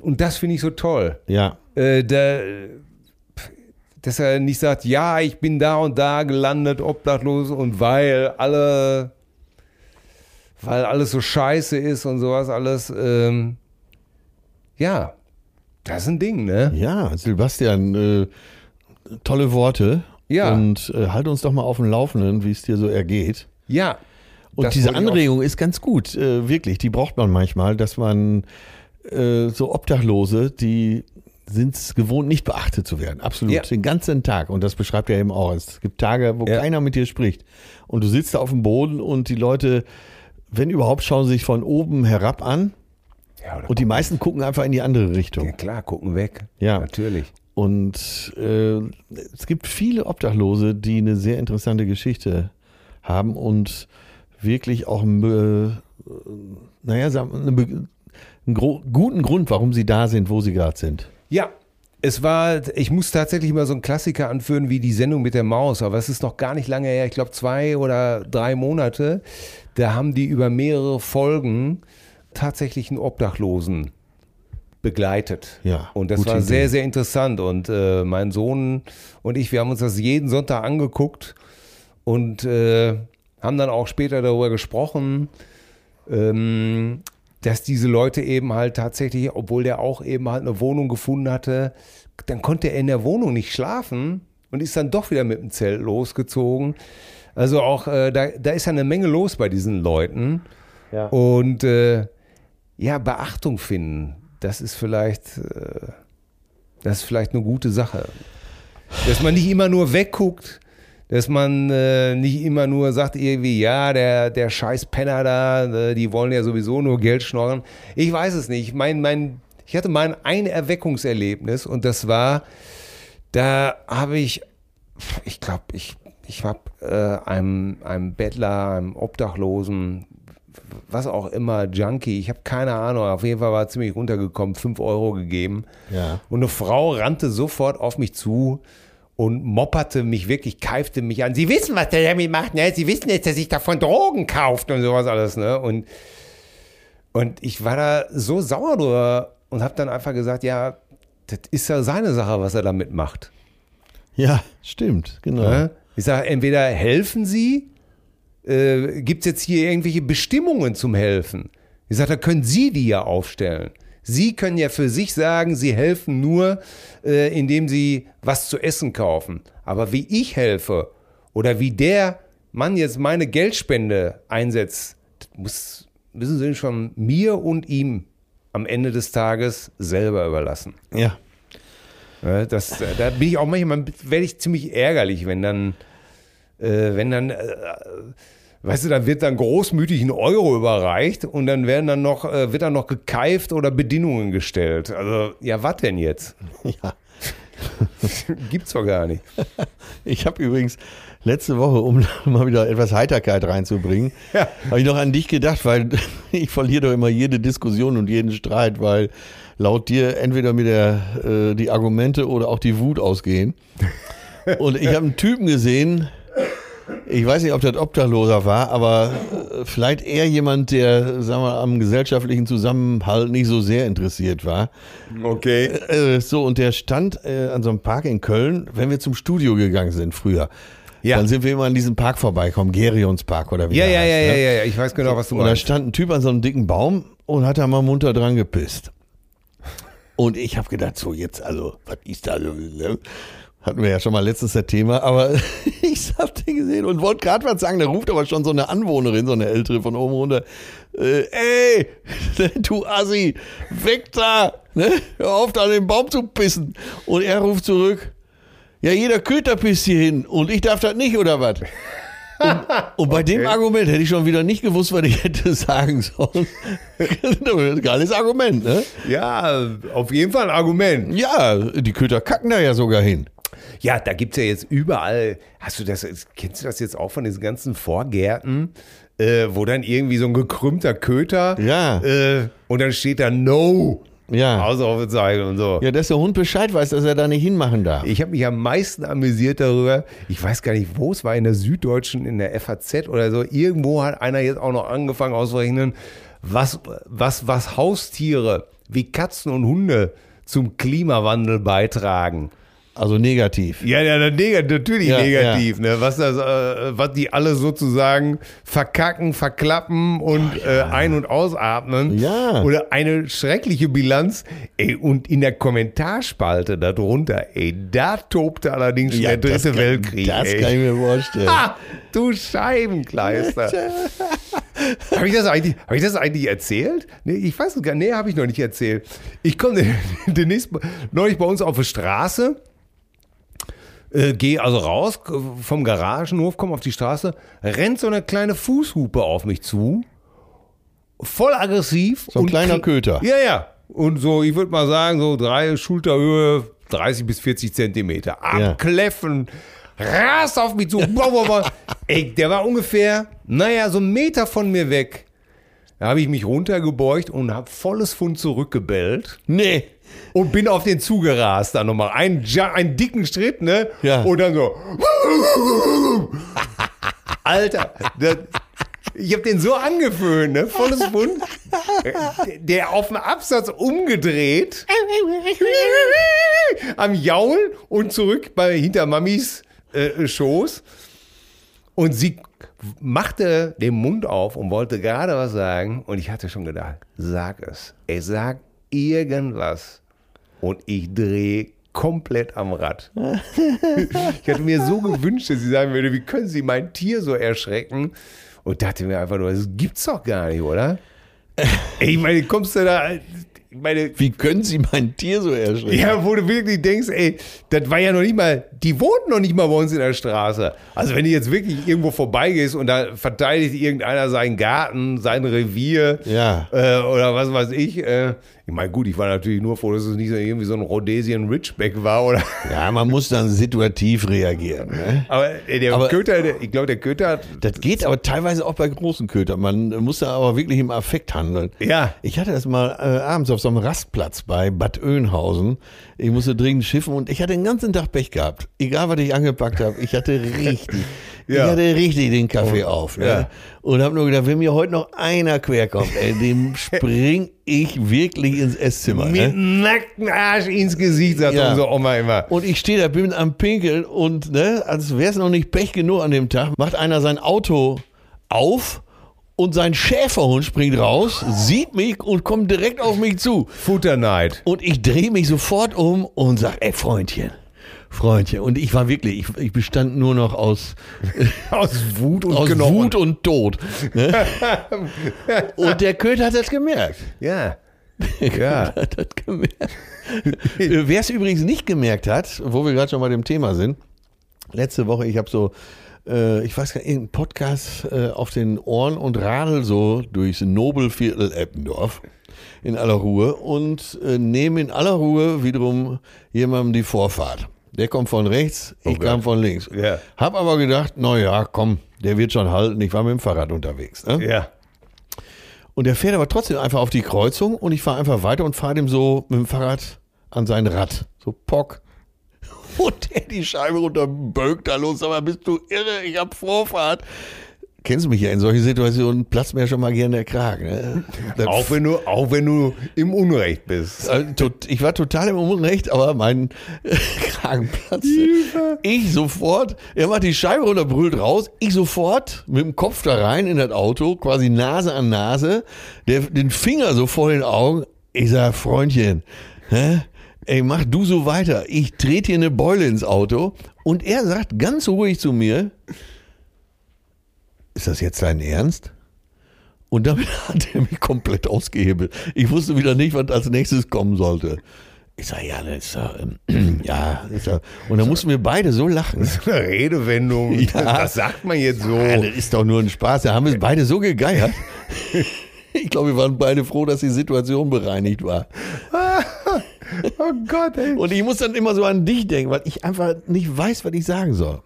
[SPEAKER 3] und das finde ich so toll.
[SPEAKER 2] Ja.
[SPEAKER 3] Äh, da, dass er nicht sagt, ja, ich bin da und da gelandet, obdachlos und weil alle. Weil alles so scheiße ist und sowas alles. Ähm, ja, das ist ein Ding, ne?
[SPEAKER 2] Ja, Sebastian, äh, tolle Worte.
[SPEAKER 3] Ja.
[SPEAKER 2] Und äh, halt uns doch mal auf dem Laufenden, wie es dir so ergeht.
[SPEAKER 3] Ja.
[SPEAKER 2] Und
[SPEAKER 3] Das
[SPEAKER 2] diese
[SPEAKER 3] wollte ich auch-
[SPEAKER 2] Anregung ist ganz gut, äh, wirklich. Die braucht man manchmal, dass man äh, so Obdachlose, die sind es gewohnt, nicht beachtet zu werden. Absolut.
[SPEAKER 3] Ja.
[SPEAKER 2] Den ganzen Tag. Und das beschreibt er eben auch. Es gibt Tage, wo
[SPEAKER 3] Ja.
[SPEAKER 2] keiner mit dir spricht. Und du sitzt da auf dem Boden und die Leute, wenn überhaupt, schauen sich von oben herab an.
[SPEAKER 3] Ja, oder
[SPEAKER 2] Und die meisten gucken einfach in die andere Richtung.
[SPEAKER 3] ja, klar, gucken weg.
[SPEAKER 2] Ja.
[SPEAKER 3] Natürlich.
[SPEAKER 2] Und äh, es gibt viele Obdachlose, die eine sehr interessante Geschichte haben und wirklich auch äh, naja, sagen wir, eine Be- einen gro- guten Grund, warum sie da sind, wo sie gerade sind.
[SPEAKER 3] Ja, es war, ich muss tatsächlich mal so einen Klassiker anführen wie die Sendung mit der Maus, aber es ist noch gar nicht lange her, ich glaube zwei oder drei Monate. Da haben die über mehrere Folgen tatsächlich einen Obdachlosen begleitet.
[SPEAKER 2] Ja,
[SPEAKER 3] Und das
[SPEAKER 2] gute
[SPEAKER 3] war
[SPEAKER 2] Idee.
[SPEAKER 3] sehr, sehr interessant. Und äh, mein Sohn und ich, wir haben uns das jeden Sonntag angeguckt und äh, haben dann auch später darüber gesprochen, ähm, dass diese Leute eben halt tatsächlich, obwohl der auch eben halt eine Wohnung gefunden hatte, dann konnte er in der Wohnung nicht schlafen und ist dann doch wieder mit dem Zelt losgezogen. Also auch, äh, da, da ist ja eine Menge los bei diesen Leuten. Und äh, ja, Beachtung finden, das ist vielleicht, äh, das ist vielleicht eine gute Sache. Dass man nicht immer nur wegguckt, dass man äh, nicht immer nur sagt irgendwie, ja, der, der scheiß Penner da, äh, die wollen ja sowieso nur Geld schnorren. Ich weiß es nicht. Mein, mein, ich hatte mal ein Erweckungserlebnis und das war, da habe ich, ich glaube, ich, Ich habe äh, einem, einem Bettler, einem Obdachlosen, was auch immer, Junkie, ich habe keine Ahnung, auf jeden Fall war er ziemlich runtergekommen, 5 Euro gegeben.
[SPEAKER 2] Ja.
[SPEAKER 3] Und eine Frau rannte sofort auf mich zu und mopperte mich wirklich, keifte mich an. Sie wissen, was der damit macht, ne? Sie wissen jetzt, dass ich davon Drogen kauft und sowas alles, ne? Und, und ich war da so sauer drüber und habe dann einfach gesagt, ja, das ist ja seine Sache, was er damit macht.
[SPEAKER 2] Ja, stimmt, genau.
[SPEAKER 3] Ne? Ich sage, entweder helfen Sie, äh, gibt es jetzt hier irgendwelche Bestimmungen zum Helfen? Ich sage, da können Sie die ja aufstellen. Sie können ja für sich sagen, Sie helfen nur, äh, indem Sie was zu essen kaufen. Aber wie ich helfe oder wie der Mann jetzt meine Geldspende einsetzt, das muss, müssen Sie schon mir und ihm am Ende des Tages selber überlassen.
[SPEAKER 2] Ja. (laughs)
[SPEAKER 3] Ja, Das, äh, da bin ich auch manchmal, werde ich ziemlich ärgerlich, wenn dann, äh, wenn dann, äh, weißt du, dann wird dann großmütig ein Euro überreicht und dann werden dann noch, äh, wird dann noch gekeift oder Bedingungen gestellt. Also, ja, was denn jetzt? (laughs)
[SPEAKER 2] ja.
[SPEAKER 3] Gibt's doch gar nicht.
[SPEAKER 2] Ich habe übrigens letzte Woche, um (laughs) mal wieder etwas Heiterkeit reinzubringen,
[SPEAKER 3] Ja.
[SPEAKER 2] habe ich noch an dich gedacht, weil (laughs) ich verliere doch immer jede Diskussion und jeden Streit, weil laut dir entweder mir der, äh, die Argumente oder auch die Wut ausgehen. Und ich habe einen Typen gesehen, ich weiß nicht, ob das Obdachloser war, aber äh, vielleicht eher jemand, der sagen wir, am gesellschaftlichen Zusammenhalt nicht so sehr interessiert war.
[SPEAKER 3] Okay.
[SPEAKER 2] Äh, so, und der stand äh, an so einem Park in Köln, wenn wir zum Studio gegangen sind früher.
[SPEAKER 3] Ja.
[SPEAKER 2] Dann sind wir immer an diesem Park vorbeikommen, Gerionspark oder wie
[SPEAKER 3] Ja,
[SPEAKER 2] der
[SPEAKER 3] ja,
[SPEAKER 2] heißt,
[SPEAKER 3] ja,
[SPEAKER 2] ne?
[SPEAKER 3] ja, ja, ja, ich weiß genau, was du
[SPEAKER 2] Und da
[SPEAKER 3] meinst.
[SPEAKER 2] stand ein Typ an so einem dicken Baum und hat da mal munter dran gepisst. Und ich habe gedacht, so jetzt, also, was ist da? so, ne? Hatten wir ja schon mal letztens das Thema, aber (laughs) ich hab den gesehen und wollte gerade was sagen. Da ruft aber schon so eine Anwohnerin, so eine ältere von oben runter: äh, Ey, (laughs) du Assi, weg da! Ne? Hör auf, da an den Baum zu pissen. Und er ruft zurück: Ja, jeder Köter pisst hier hin und ich darf das nicht, oder was? Und bei dem Argument hätte ich schon wieder nicht gewusst, was ich hätte (laughs) sagen sollen. Geiles Argument, ne?
[SPEAKER 3] Ja, auf jeden Fall ein Argument.
[SPEAKER 2] Ja, die Köter kacken da ja sogar hin.
[SPEAKER 3] Ja, da gibt's ja jetzt überall, hast du das, kennst du das jetzt auch von diesen ganzen Vorgärten, äh, wo dann irgendwie so ein gekrümmter Köter
[SPEAKER 2] Ja.
[SPEAKER 3] äh, und dann steht da No,
[SPEAKER 2] Ja.
[SPEAKER 3] Ausrufezeichen und so.
[SPEAKER 2] Ja, dass der Hund Bescheid weiß, dass er da nicht hinmachen darf.
[SPEAKER 3] Ich habe mich am meisten amüsiert darüber. Ich weiß gar nicht, wo es war, in der Süddeutschen, in der FAZ oder so. Irgendwo hat einer jetzt auch noch angefangen auszurechnen, was, was, was Haustiere wie Katzen und Hunde zum Klimawandel beitragen.
[SPEAKER 2] Also negativ.
[SPEAKER 3] Ja, ja, na- neg natürlich
[SPEAKER 2] Ja,
[SPEAKER 3] negativ, ne? Was das, äh, was die alle sozusagen verkacken, verklappen und äh, ein- und ausatmen.
[SPEAKER 2] Ah, Ja.
[SPEAKER 3] Oder eine schreckliche Bilanz. Ey, und in der Kommentarspalte darunter, ey, da tobte allerdings schon der
[SPEAKER 2] das
[SPEAKER 3] dritte
[SPEAKER 2] kann-
[SPEAKER 3] Weltkrieg.
[SPEAKER 2] Das
[SPEAKER 3] ey.
[SPEAKER 2] kann ich mir vorstellen.
[SPEAKER 3] Ha, du Scheibenkleister. habe ich, das eigentlich- hab ich das eigentlich erzählt? Nee, ich weiß es gar nicht. Nee, habe ich noch nicht erzählt. Ich komme (laughs) demnächst neulich bei uns auf die Straße, äh, gehe also raus k- vom Garagenhof, komme auf die Straße, rennt so eine kleine Fußhupe auf mich zu. Voll aggressiv.
[SPEAKER 2] So ein kleiner
[SPEAKER 3] krie-
[SPEAKER 2] Köter.
[SPEAKER 3] Ja, ja. Und so, ich würde mal sagen, so drei Schulterhöhe, 30 bis 40 Zentimeter.
[SPEAKER 2] Ja.
[SPEAKER 3] Abkläffen. Ras auf mich zu. Wow, wow, wow. Ey, der war ungefähr, naja, so einen Meter von mir weg. Da habe ich mich runtergebeugt und habe volles Fund zurückgebellt
[SPEAKER 2] Nee.
[SPEAKER 3] und bin auf den zugerast dann nochmal. Einen, Ja- einen dicken Schritt, ne?
[SPEAKER 2] Ja.
[SPEAKER 3] Und dann so. (laughs) Alter, das, ich habe den so angeföhnt, ne? Volles Mund. Der auf dem Absatz umgedreht, am Jaulen und zurück bei hinter Mamis äh, Schoß. Und sie machte den Mund auf und wollte gerade was sagen. Und ich hatte schon gedacht, sag es. Ey, sag irgendwas. Und ich drehe komplett am Rad. Ich hatte mir so gewünscht, dass sie sagen würde, wie können Sie mein Tier so erschrecken? Und dachte mir einfach nur, das gibt's doch gar nicht, oder? Ey, ich meine, kommst du da, ich meine,
[SPEAKER 2] Wie können Sie mein Tier so erschrecken?
[SPEAKER 3] ja, wo du wirklich denkst, ey, das war ja noch nicht mal, die wohnten noch nicht mal bei uns in der Straße. Also wenn du jetzt wirklich irgendwo vorbeigehst und da verteidigt irgendeiner seinen Garten, sein Revier
[SPEAKER 2] Ja.
[SPEAKER 3] äh, oder was weiß ich, äh, Ich meine, gut, ich war natürlich nur froh, dass es nicht so irgendwie so ein Rhodesian Ridgeback war, oder? (laughs)
[SPEAKER 2] Ja, man muss dann situativ reagieren. Ne?
[SPEAKER 3] Aber äh, der
[SPEAKER 2] Aber-
[SPEAKER 3] Köter, der, ich glaube, der Köter hat.
[SPEAKER 2] Das geht aber teilweise auch bei großen Kötern. Man muss da aber wirklich im Affekt handeln.
[SPEAKER 3] Ja.
[SPEAKER 2] Ich hatte das mal äh, abends auf so einem Rastplatz bei Bad Oeynhausen. Ich musste dringend schiffen und ich hatte den ganzen Tag Pech gehabt. Egal, was ich angepackt habe, ich hatte richtig,
[SPEAKER 3] (laughs) Ja. Oh,
[SPEAKER 2] ich hatte richtig den Kaffee auf. Ne?
[SPEAKER 3] ja.
[SPEAKER 2] Und habe nur gedacht, wenn mir heute noch einer querkommt, ey, dem
[SPEAKER 3] (laughs)
[SPEAKER 2] spring ich wirklich ins Esszimmer.
[SPEAKER 3] mit
[SPEAKER 2] ne?
[SPEAKER 3] nacktem Arsch ins Gesicht, sagt
[SPEAKER 2] Ja.
[SPEAKER 3] unsere Oma immer.
[SPEAKER 2] Und ich stehe da, bin am Pinkeln und ne, als wäre es noch nicht Pech genug an dem Tag, macht einer sein Auto auf und sein Schäferhund springt raus, sieht mich und kommt direkt auf mich zu.
[SPEAKER 3] Futterneid.
[SPEAKER 2] Und ich drehe mich sofort um und sage, ey Freundchen, Freundchen. Und ich war wirklich, ich, ich bestand nur noch aus,
[SPEAKER 3] Aus Wut und
[SPEAKER 2] aus
[SPEAKER 3] Knochen.
[SPEAKER 2] Wut und Tod. Ne? und der Köter hat das gemerkt.
[SPEAKER 3] Ja. Ja.
[SPEAKER 2] hat das gemerkt. Äh, (laughs) Wer es übrigens nicht gemerkt hat, wo wir gerade schon bei dem Thema sind, letzte Woche, ich habe so, äh, ich weiß gar nicht, irgendeinen Podcast äh, auf den Ohren und radel so durchs Nobelviertel Eppendorf in aller Ruhe und äh, nehme in aller Ruhe wiederum jemandem die Vorfahrt. Der kommt von rechts, ich
[SPEAKER 3] Gott.
[SPEAKER 2] kam von links.
[SPEAKER 3] Ja.
[SPEAKER 2] Hab aber gedacht, na ja, komm, der wird schon halten. Ich war mit dem Fahrrad unterwegs. Ne?
[SPEAKER 3] Ja.
[SPEAKER 2] Und der fährt aber trotzdem einfach auf die Kreuzung und ich fahre einfach weiter und fahre dem so mit dem Fahrrad an sein Rad. So pock. (laughs) Und der die Scheibe runterbögt da los. Sag mal, bist du irre? Ich hab Vorfahrt. Kennst du mich ja in solchen Situationen, platzt mir ja schon mal gerne der Kragen. Ne? Das-
[SPEAKER 3] Auch wenn, du, auch wenn du im Unrecht bist. (laughs)
[SPEAKER 2] also, tot- ich war total im Unrecht, aber mein (laughs) Kragen platzte. Ich sofort, er macht die Scheibe runter, brüllt raus. Ich sofort mit dem Kopf da rein in das Auto, quasi Nase an Nase, der, den Finger so vor den Augen. Ich sag, Freundchen, hä? ey, mach du so weiter. Ich trete hier eine Beule ins Auto. Und er sagt ganz ruhig zu mir, ist das jetzt dein Ernst? Und damit (laughs) hat er mich komplett ausgehebelt. Ich wusste wieder nicht, was als nächstes kommen sollte. Ich sage, ja, das ist ja, ähm, (clears throat) ja, das ist ja. Und dann mussten wir beide so lachen.
[SPEAKER 3] So eine Redewendung.
[SPEAKER 2] Ja.
[SPEAKER 3] (laughs) Das sagt man jetzt so.
[SPEAKER 2] Ah, das ist doch nur ein Spaß. Da haben wir beide so gegeiert. (laughs) Ich glaube, wir waren beide froh, dass die Situation bereinigt war.
[SPEAKER 3] (laughs) Oh Gott, ey.
[SPEAKER 2] Und ich muss dann immer so an dich denken, weil ich einfach nicht weiß, was ich sagen soll.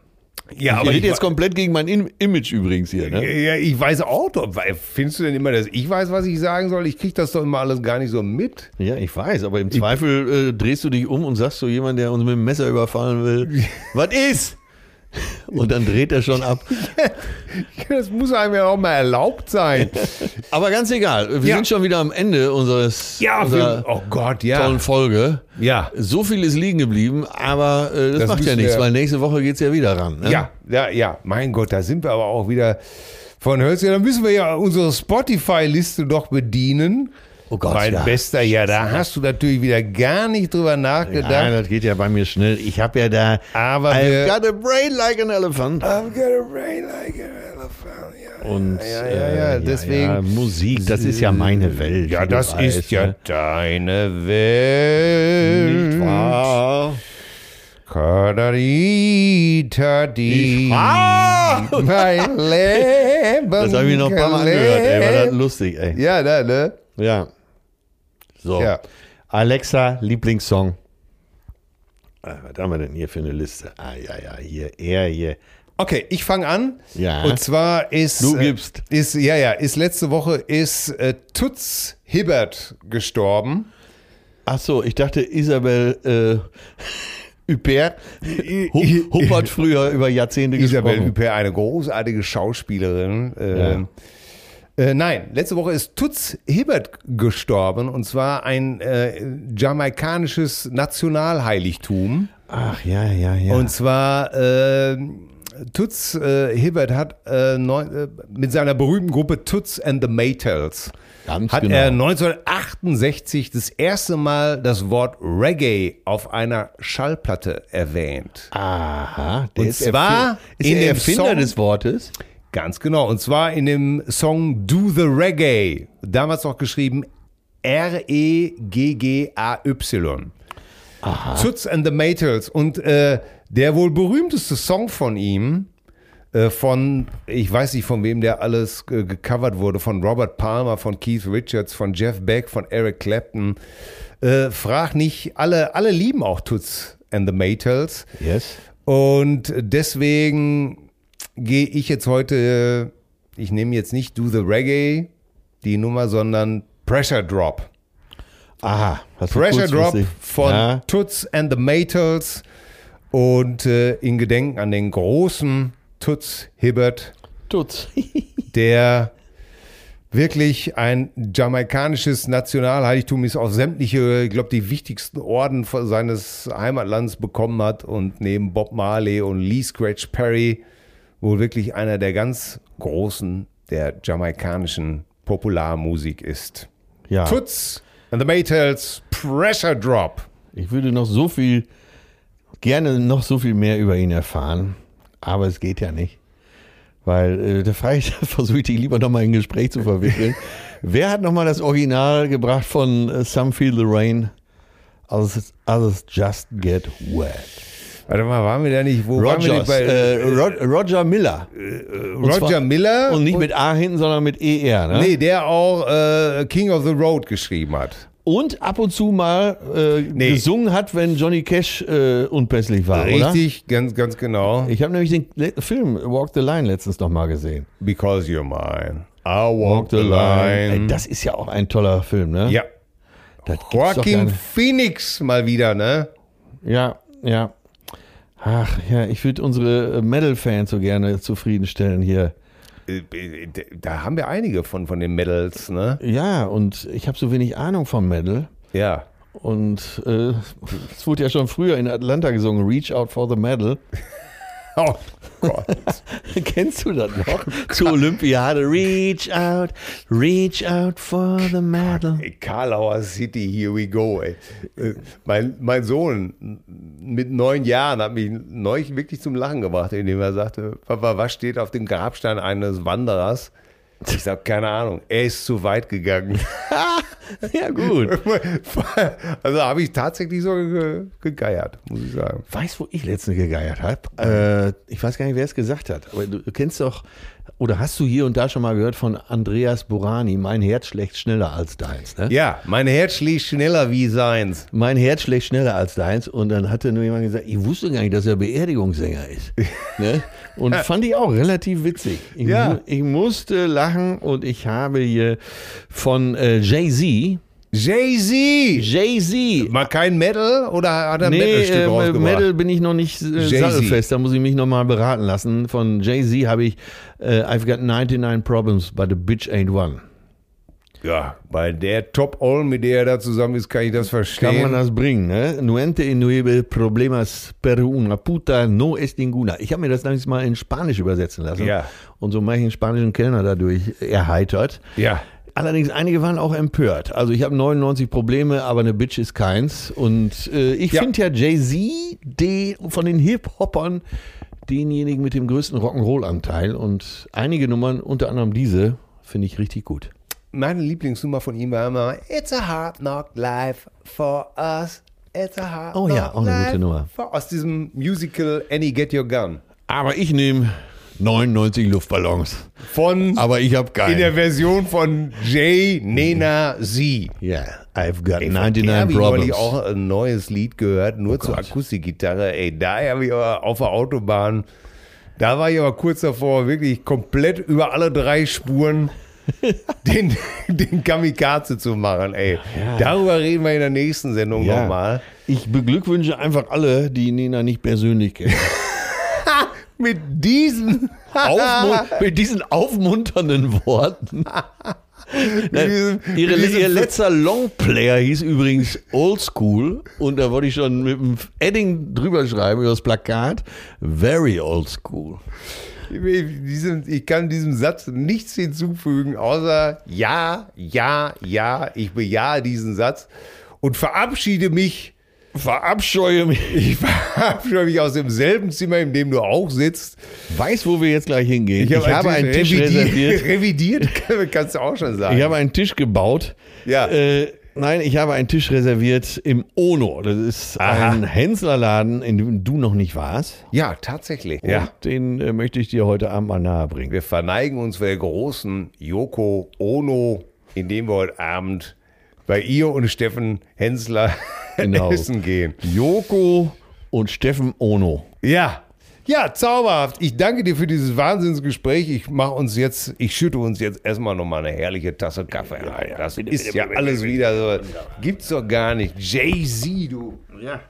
[SPEAKER 3] Ja,
[SPEAKER 2] Aber
[SPEAKER 3] aber
[SPEAKER 2] ich
[SPEAKER 3] ich,
[SPEAKER 2] rede jetzt
[SPEAKER 3] jetzt
[SPEAKER 2] komplett gegen mein Im- Image übrigens hier. Ne?
[SPEAKER 3] ja, ich weiß auch doch. weil- Findest du denn immer, dass ich weiß, was ich sagen soll? Ich krieg das doch immer alles gar nicht so mit. (laughs)
[SPEAKER 2] Ja, ich weiß, aber im Zweifel äh, drehst du dich um und sagst so jemand, der uns mit dem Messer überfallen
[SPEAKER 3] (laughs)
[SPEAKER 2] will, was ist? Und dann dreht er schon ab.
[SPEAKER 3] Das muss einem ja auch mal
[SPEAKER 2] (laughs)
[SPEAKER 3] erlaubt sein.
[SPEAKER 2] Aber ganz egal, wir
[SPEAKER 3] Ja.
[SPEAKER 2] sind schon wieder am Ende unseres
[SPEAKER 3] wir-
[SPEAKER 2] unserer
[SPEAKER 3] oh Gott, ja.
[SPEAKER 2] tollen Folge.
[SPEAKER 3] Ja.
[SPEAKER 2] So viel ist liegen geblieben, aber äh, das,
[SPEAKER 3] Das
[SPEAKER 2] macht ja
[SPEAKER 3] müssen
[SPEAKER 2] nichts,
[SPEAKER 3] wir-
[SPEAKER 2] weil nächste Woche geht's ja wieder ran. Ne?
[SPEAKER 3] Ja, ja, ja. Mein Gott, da sind wir aber auch wieder von Hölzchen. Da müssen wir ja unsere Spotify-Liste doch bedienen.
[SPEAKER 2] Oh Gott,
[SPEAKER 3] mein
[SPEAKER 2] ja.
[SPEAKER 3] Bester, ja, da hast du natürlich wieder gar nicht drüber nachgedacht.
[SPEAKER 2] Nein, das geht ja bei mir schnell. Ich habe ja da.
[SPEAKER 3] Aber
[SPEAKER 2] I've
[SPEAKER 3] wir-
[SPEAKER 2] got a brain like an elephant.
[SPEAKER 3] I've got a brain like an elephant, ja.
[SPEAKER 2] Und
[SPEAKER 3] ja, ja,
[SPEAKER 2] äh,
[SPEAKER 3] ja, deswegen-
[SPEAKER 2] Musik, das ist ja meine Welt.
[SPEAKER 3] Ja,
[SPEAKER 2] wie du
[SPEAKER 3] das ist
[SPEAKER 2] weißt,
[SPEAKER 3] ja
[SPEAKER 2] ne?
[SPEAKER 3] deine Welt.
[SPEAKER 2] nicht wahr.
[SPEAKER 3] Kadarita di.
[SPEAKER 2] Ich- Ah! (laughs)
[SPEAKER 3] Mein Leben.
[SPEAKER 2] Das habe ich noch ein paar Mal angehört, ey, war das lustig, ey.
[SPEAKER 3] Ja, da, ne?
[SPEAKER 2] Ja. So.
[SPEAKER 3] Ja.
[SPEAKER 2] Alexa, Lieblingssong. Ah, Was haben wir denn hier für eine Liste? Ah, ja, ja, hier, er, hier.
[SPEAKER 3] Okay, ich fange an.
[SPEAKER 2] Ja.
[SPEAKER 3] Und zwar ist.
[SPEAKER 2] Du
[SPEAKER 3] äh,
[SPEAKER 2] gibst.
[SPEAKER 3] Ist, ja, ja, ist letzte Woche ist äh, Tutz Hibbert gestorben.
[SPEAKER 2] Ach so, ich dachte Isabel äh, (laughs) Huppert. Hu- Huppert früher über Jahrzehnte
[SPEAKER 3] Isabel
[SPEAKER 2] gesprochen.
[SPEAKER 3] Huppert, eine großartige Schauspielerin. Äh,
[SPEAKER 2] Ja.
[SPEAKER 3] äh, nein, letzte Woche ist Tutz Hibbert gestorben und zwar ein äh, jamaikanisches Nationalheiligtum.
[SPEAKER 2] Ach ja, ja, ja.
[SPEAKER 3] Und zwar äh, Toots äh, Hibbert hat äh, neun, äh, mit seiner berühmten Gruppe Toots and the Maytals
[SPEAKER 2] Ganz
[SPEAKER 3] hat
[SPEAKER 2] genau.
[SPEAKER 3] er 1968 das erste Mal das Wort Reggae auf einer Schallplatte erwähnt.
[SPEAKER 2] Aha, der
[SPEAKER 3] Und
[SPEAKER 2] ist, erfi-
[SPEAKER 3] zwar
[SPEAKER 2] ist
[SPEAKER 3] in
[SPEAKER 2] er
[SPEAKER 3] dem
[SPEAKER 2] Erfinder
[SPEAKER 3] Song-
[SPEAKER 2] des Wortes.
[SPEAKER 3] Ganz genau. Und zwar in dem Song Do the Reggae. Damals noch geschrieben E R-E-G-G-A-Y. Toots and the Maytals. Und äh, der wohl berühmteste Song von ihm äh, von, ich weiß nicht von wem der alles äh, gecovert wurde, von Robert Palmer, von Keith Richards, von Jeff Beck, von Eric Clapton. Äh, frag nicht, alle, alle lieben auch Toots and the Maytals.
[SPEAKER 2] Yes.
[SPEAKER 3] Und deswegen gehe ich jetzt heute, ich nehme jetzt nicht Do the Reggae, die Nummer, sondern Pressure Drop.
[SPEAKER 2] Aha. hast du
[SPEAKER 3] Pressure Drop
[SPEAKER 2] kurzfristig-
[SPEAKER 3] von
[SPEAKER 2] Ja.
[SPEAKER 3] Toots and the Maytals und äh, in Gedenken an den großen Toots Hibbert,
[SPEAKER 2] Tutz.
[SPEAKER 3] der wirklich ein jamaikanisches Nationalheiligtum ist, auf sämtliche, ich glaube, die wichtigsten Orden von- seines Heimatlands bekommen hat und neben Bob Marley und Lee Scratch Perry wohl wirklich einer der ganz großen der jamaikanischen Popularmusik ist.
[SPEAKER 2] Ja.
[SPEAKER 3] Toots and the Maytals Pressure Drop.
[SPEAKER 2] Ich würde noch so viel, gerne noch so viel mehr über ihn erfahren, aber es geht ja nicht. Weil äh, da frage (laughs) ich, versuche ich dich lieber nochmal in ein Gespräch zu
[SPEAKER 3] (laughs)
[SPEAKER 2] verwickeln. Wer hat nochmal das Original gebracht von äh, Some Feel the Rain? Others, others just get wet.
[SPEAKER 3] Warte mal, waren wir da nicht? Wo waren
[SPEAKER 2] Rogers,
[SPEAKER 3] wir nicht bei äh,
[SPEAKER 2] äh, Rod, Roger Miller.
[SPEAKER 3] Roger
[SPEAKER 2] zwar-
[SPEAKER 3] Miller?
[SPEAKER 2] Und nicht mit A hinten, sondern mit ER. Ne?
[SPEAKER 3] nee, der auch äh, King of the Road geschrieben hat.
[SPEAKER 2] Und ab und zu mal äh,
[SPEAKER 3] Nee.
[SPEAKER 2] gesungen hat, wenn Johnny Cash äh, unpässlich war, oder?
[SPEAKER 3] Richtig, ganz, ganz genau.
[SPEAKER 2] Ich habe nämlich den Le- Film Walk the Line letztens nochmal gesehen.
[SPEAKER 3] Because you're mine. I walk the line.
[SPEAKER 2] Ey, Das ist ja auch ein toller Film, ne?
[SPEAKER 3] ja.
[SPEAKER 2] Das gibt's doch
[SPEAKER 3] Joaquin
[SPEAKER 2] gerne.
[SPEAKER 3] Phoenix mal wieder, ne?
[SPEAKER 2] Ja, ja. Ach ja, ich würde unsere äh, Metal-Fans so gerne zufriedenstellen hier.
[SPEAKER 3] Äh, Da haben wir einige von, von den Medals, ne?
[SPEAKER 2] Ja, und ich habe so wenig Ahnung vom Metal.
[SPEAKER 3] Ja. (laughs)
[SPEAKER 2] Und äh, es wurde ja schon früher in Atlanta gesungen, Reach Out for the Medal.
[SPEAKER 3] Oh Gott.
[SPEAKER 2] (laughs) Kennst du das noch? Oh Zur Olympiade, Reach Out, Reach Out for the Medal.
[SPEAKER 3] Ey, Karlauer City, here we go. Ey. Äh, Mein, mein Sohn m- mit neun Jahren hat mich neulich wirklich zum Lachen gebracht, indem er sagte, Papa, was steht auf dem Grabstein eines Wanderers? Ich sag, keine Ahnung, er ist zu weit gegangen.
[SPEAKER 2] (laughs)
[SPEAKER 3] (laughs)
[SPEAKER 2] Ja gut.
[SPEAKER 3] (laughs) Also habe ich tatsächlich so ge gegeiert, muss ich sagen.
[SPEAKER 2] Weißt du, wo ich letztens gegeiert habe?
[SPEAKER 3] Ah.
[SPEAKER 2] Äh, ich weiß gar nicht, wer es gesagt hat. Aber du kennst doch, oder hast du hier und da schon mal gehört von Andreas Borani, mein Herz schlägt schneller als deins. Ne?
[SPEAKER 3] Ja, mein Herz schlägt schneller wie seins.
[SPEAKER 2] Mein Herz schlägt schneller als deins. Und dann hatte nur jemand gesagt, ich wusste gar nicht, dass er Beerdigungssänger
[SPEAKER 3] (laughs)
[SPEAKER 2] ist. ne? Und fand ich auch relativ witzig. Ich,
[SPEAKER 3] Ja.
[SPEAKER 2] mu- ich musste lachen und ich habe hier von äh, Jay-Z,
[SPEAKER 3] Jay-Z!
[SPEAKER 2] Jay-Z,
[SPEAKER 3] Mal kein Metal oder hat er ein
[SPEAKER 2] Nee,
[SPEAKER 3] Metalstück
[SPEAKER 2] äh,
[SPEAKER 3] rausgebracht?
[SPEAKER 2] Metal bin ich noch nicht äh,
[SPEAKER 3] Jay-Z.
[SPEAKER 2] sattelfest, da muss ich mich nochmal beraten lassen. Von Jay-Z habe ich äh, I've got 99 problems, but a bitch ain't one.
[SPEAKER 3] Ja, bei der Top All, mit der er da zusammen ist, kann ich das
[SPEAKER 2] Kann
[SPEAKER 3] verstehen.
[SPEAKER 2] man das bringen, ne? Nuente y nueve problemas per una puta no es ninguna. Ich habe mir das damals mal in Spanisch übersetzen lassen
[SPEAKER 3] Ja.
[SPEAKER 2] und so manchen spanischen Kellner dadurch erheitert.
[SPEAKER 3] ja.
[SPEAKER 2] Allerdings, einige waren auch empört. Also ich habe 99 Probleme, aber eine Bitch ist keins. Und äh, ich
[SPEAKER 3] Ja.
[SPEAKER 2] finde ja Jay-Z die- von den Hip-Hoppern denjenigen mit dem größten Rock'n'Roll-Anteil. Und einige Nummern, unter anderem diese, finde ich richtig gut.
[SPEAKER 3] Meine Lieblingsnummer von ihm war immer It's a hard knock life for us. It's a hard
[SPEAKER 2] Oh
[SPEAKER 3] knock
[SPEAKER 2] ja, auch eine
[SPEAKER 3] life
[SPEAKER 2] gute Nummer.
[SPEAKER 3] For, aus diesem Musical Annie Get Your Gun.
[SPEAKER 2] Aber ich nehme 99 Luftballons.
[SPEAKER 3] Von
[SPEAKER 2] Aber ich habe
[SPEAKER 3] in der
[SPEAKER 2] keinen.
[SPEAKER 3] Version von Jay Nena Z.
[SPEAKER 2] Ja, I've got
[SPEAKER 3] Da
[SPEAKER 2] 99
[SPEAKER 3] habe ich neulich
[SPEAKER 2] Problems. Oh
[SPEAKER 3] auch ein neues Lied gehört, nur zur Akustikgitarre. Ey, da habe ich aber auf der Autobahn, da war ich aber kurz davor, wirklich komplett über alle
[SPEAKER 2] (laughs)
[SPEAKER 3] drei Spuren den, den Kamikaze zu machen. Ey, darüber reden wir in der nächsten Sendung
[SPEAKER 2] Ja.
[SPEAKER 3] nochmal.
[SPEAKER 2] Ich beglückwünsche einfach alle, die Nina nicht persönlich kennen.
[SPEAKER 3] Mit diesem,
[SPEAKER 2] Aufmun mit diesen aufmunternden (laughs) Worten.
[SPEAKER 3] mit diesem,
[SPEAKER 2] Ihre,
[SPEAKER 3] mit diesem
[SPEAKER 2] ihr letzter Longplayer hieß übrigens Old School und da wollte ich schon mit dem Edding drüber schreiben über das Plakat. Very Old School.
[SPEAKER 3] diesem, ich kann diesem Satz nichts hinzufügen, außer ja, ja, ja, ich bejahe diesen Satz und verabschiede mich.
[SPEAKER 2] Verabscheue mich.
[SPEAKER 3] Ich verabschiede mich aus demselben Zimmer, in dem du auch sitzt.
[SPEAKER 2] Weiß, wo wir jetzt gleich hingehen. Ich, habe einen Tisch
[SPEAKER 3] revidi- (laughs)
[SPEAKER 2] reserviert.
[SPEAKER 3] Revidiert, kann- kannst du auch schon sagen.
[SPEAKER 2] Ich habe einen Tisch gebaut.
[SPEAKER 3] Ja.
[SPEAKER 2] Äh, Nein, ich habe einen Tisch reserviert im Ono. Das ist
[SPEAKER 3] Aha.
[SPEAKER 2] ein Henslerladen, in dem du noch nicht warst.
[SPEAKER 3] Ja, tatsächlich. Ja.
[SPEAKER 2] Und den äh, möchte ich dir heute Abend mal nahe bringen.
[SPEAKER 3] Wir verneigen uns vor der großen Yoko Ono, indem wir heute Abend bei ihr und Steffen Hensler
[SPEAKER 2] Genau.
[SPEAKER 3] (laughs) essen gehen.
[SPEAKER 2] Joko und Steffen Ono.
[SPEAKER 3] Ja. Ja, zauberhaft. Ich danke dir für dieses Wahnsinnsgespräch. Ich mache uns jetzt, ich schütte uns jetzt erstmal nochmal eine herrliche Tasse Kaffee ein. das ist ja alles wieder so. Gibt's doch gar nicht. Jay-Z, du.
[SPEAKER 4] Ja,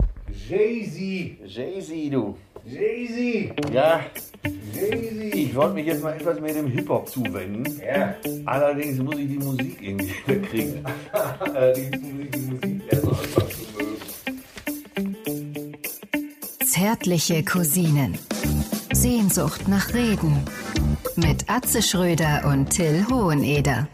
[SPEAKER 3] Jay-Z.
[SPEAKER 4] Jay-Z, du.
[SPEAKER 3] Jay-Z.
[SPEAKER 4] Ja,
[SPEAKER 3] Jay-Z.
[SPEAKER 4] ich wollte mich jetzt mal etwas mehr dem Hip-Hop zuwenden.
[SPEAKER 3] Ja.
[SPEAKER 4] Allerdings muss ich die Musik irgendwie (laughs) wegkriegen. Allerdings muss ich Äh, die Musik erstmal anfangen zu mögen.
[SPEAKER 1] Zärtliche Cousinen. Sehnsucht nach Reden. Mit Atze Schröder und Till Hoheneder.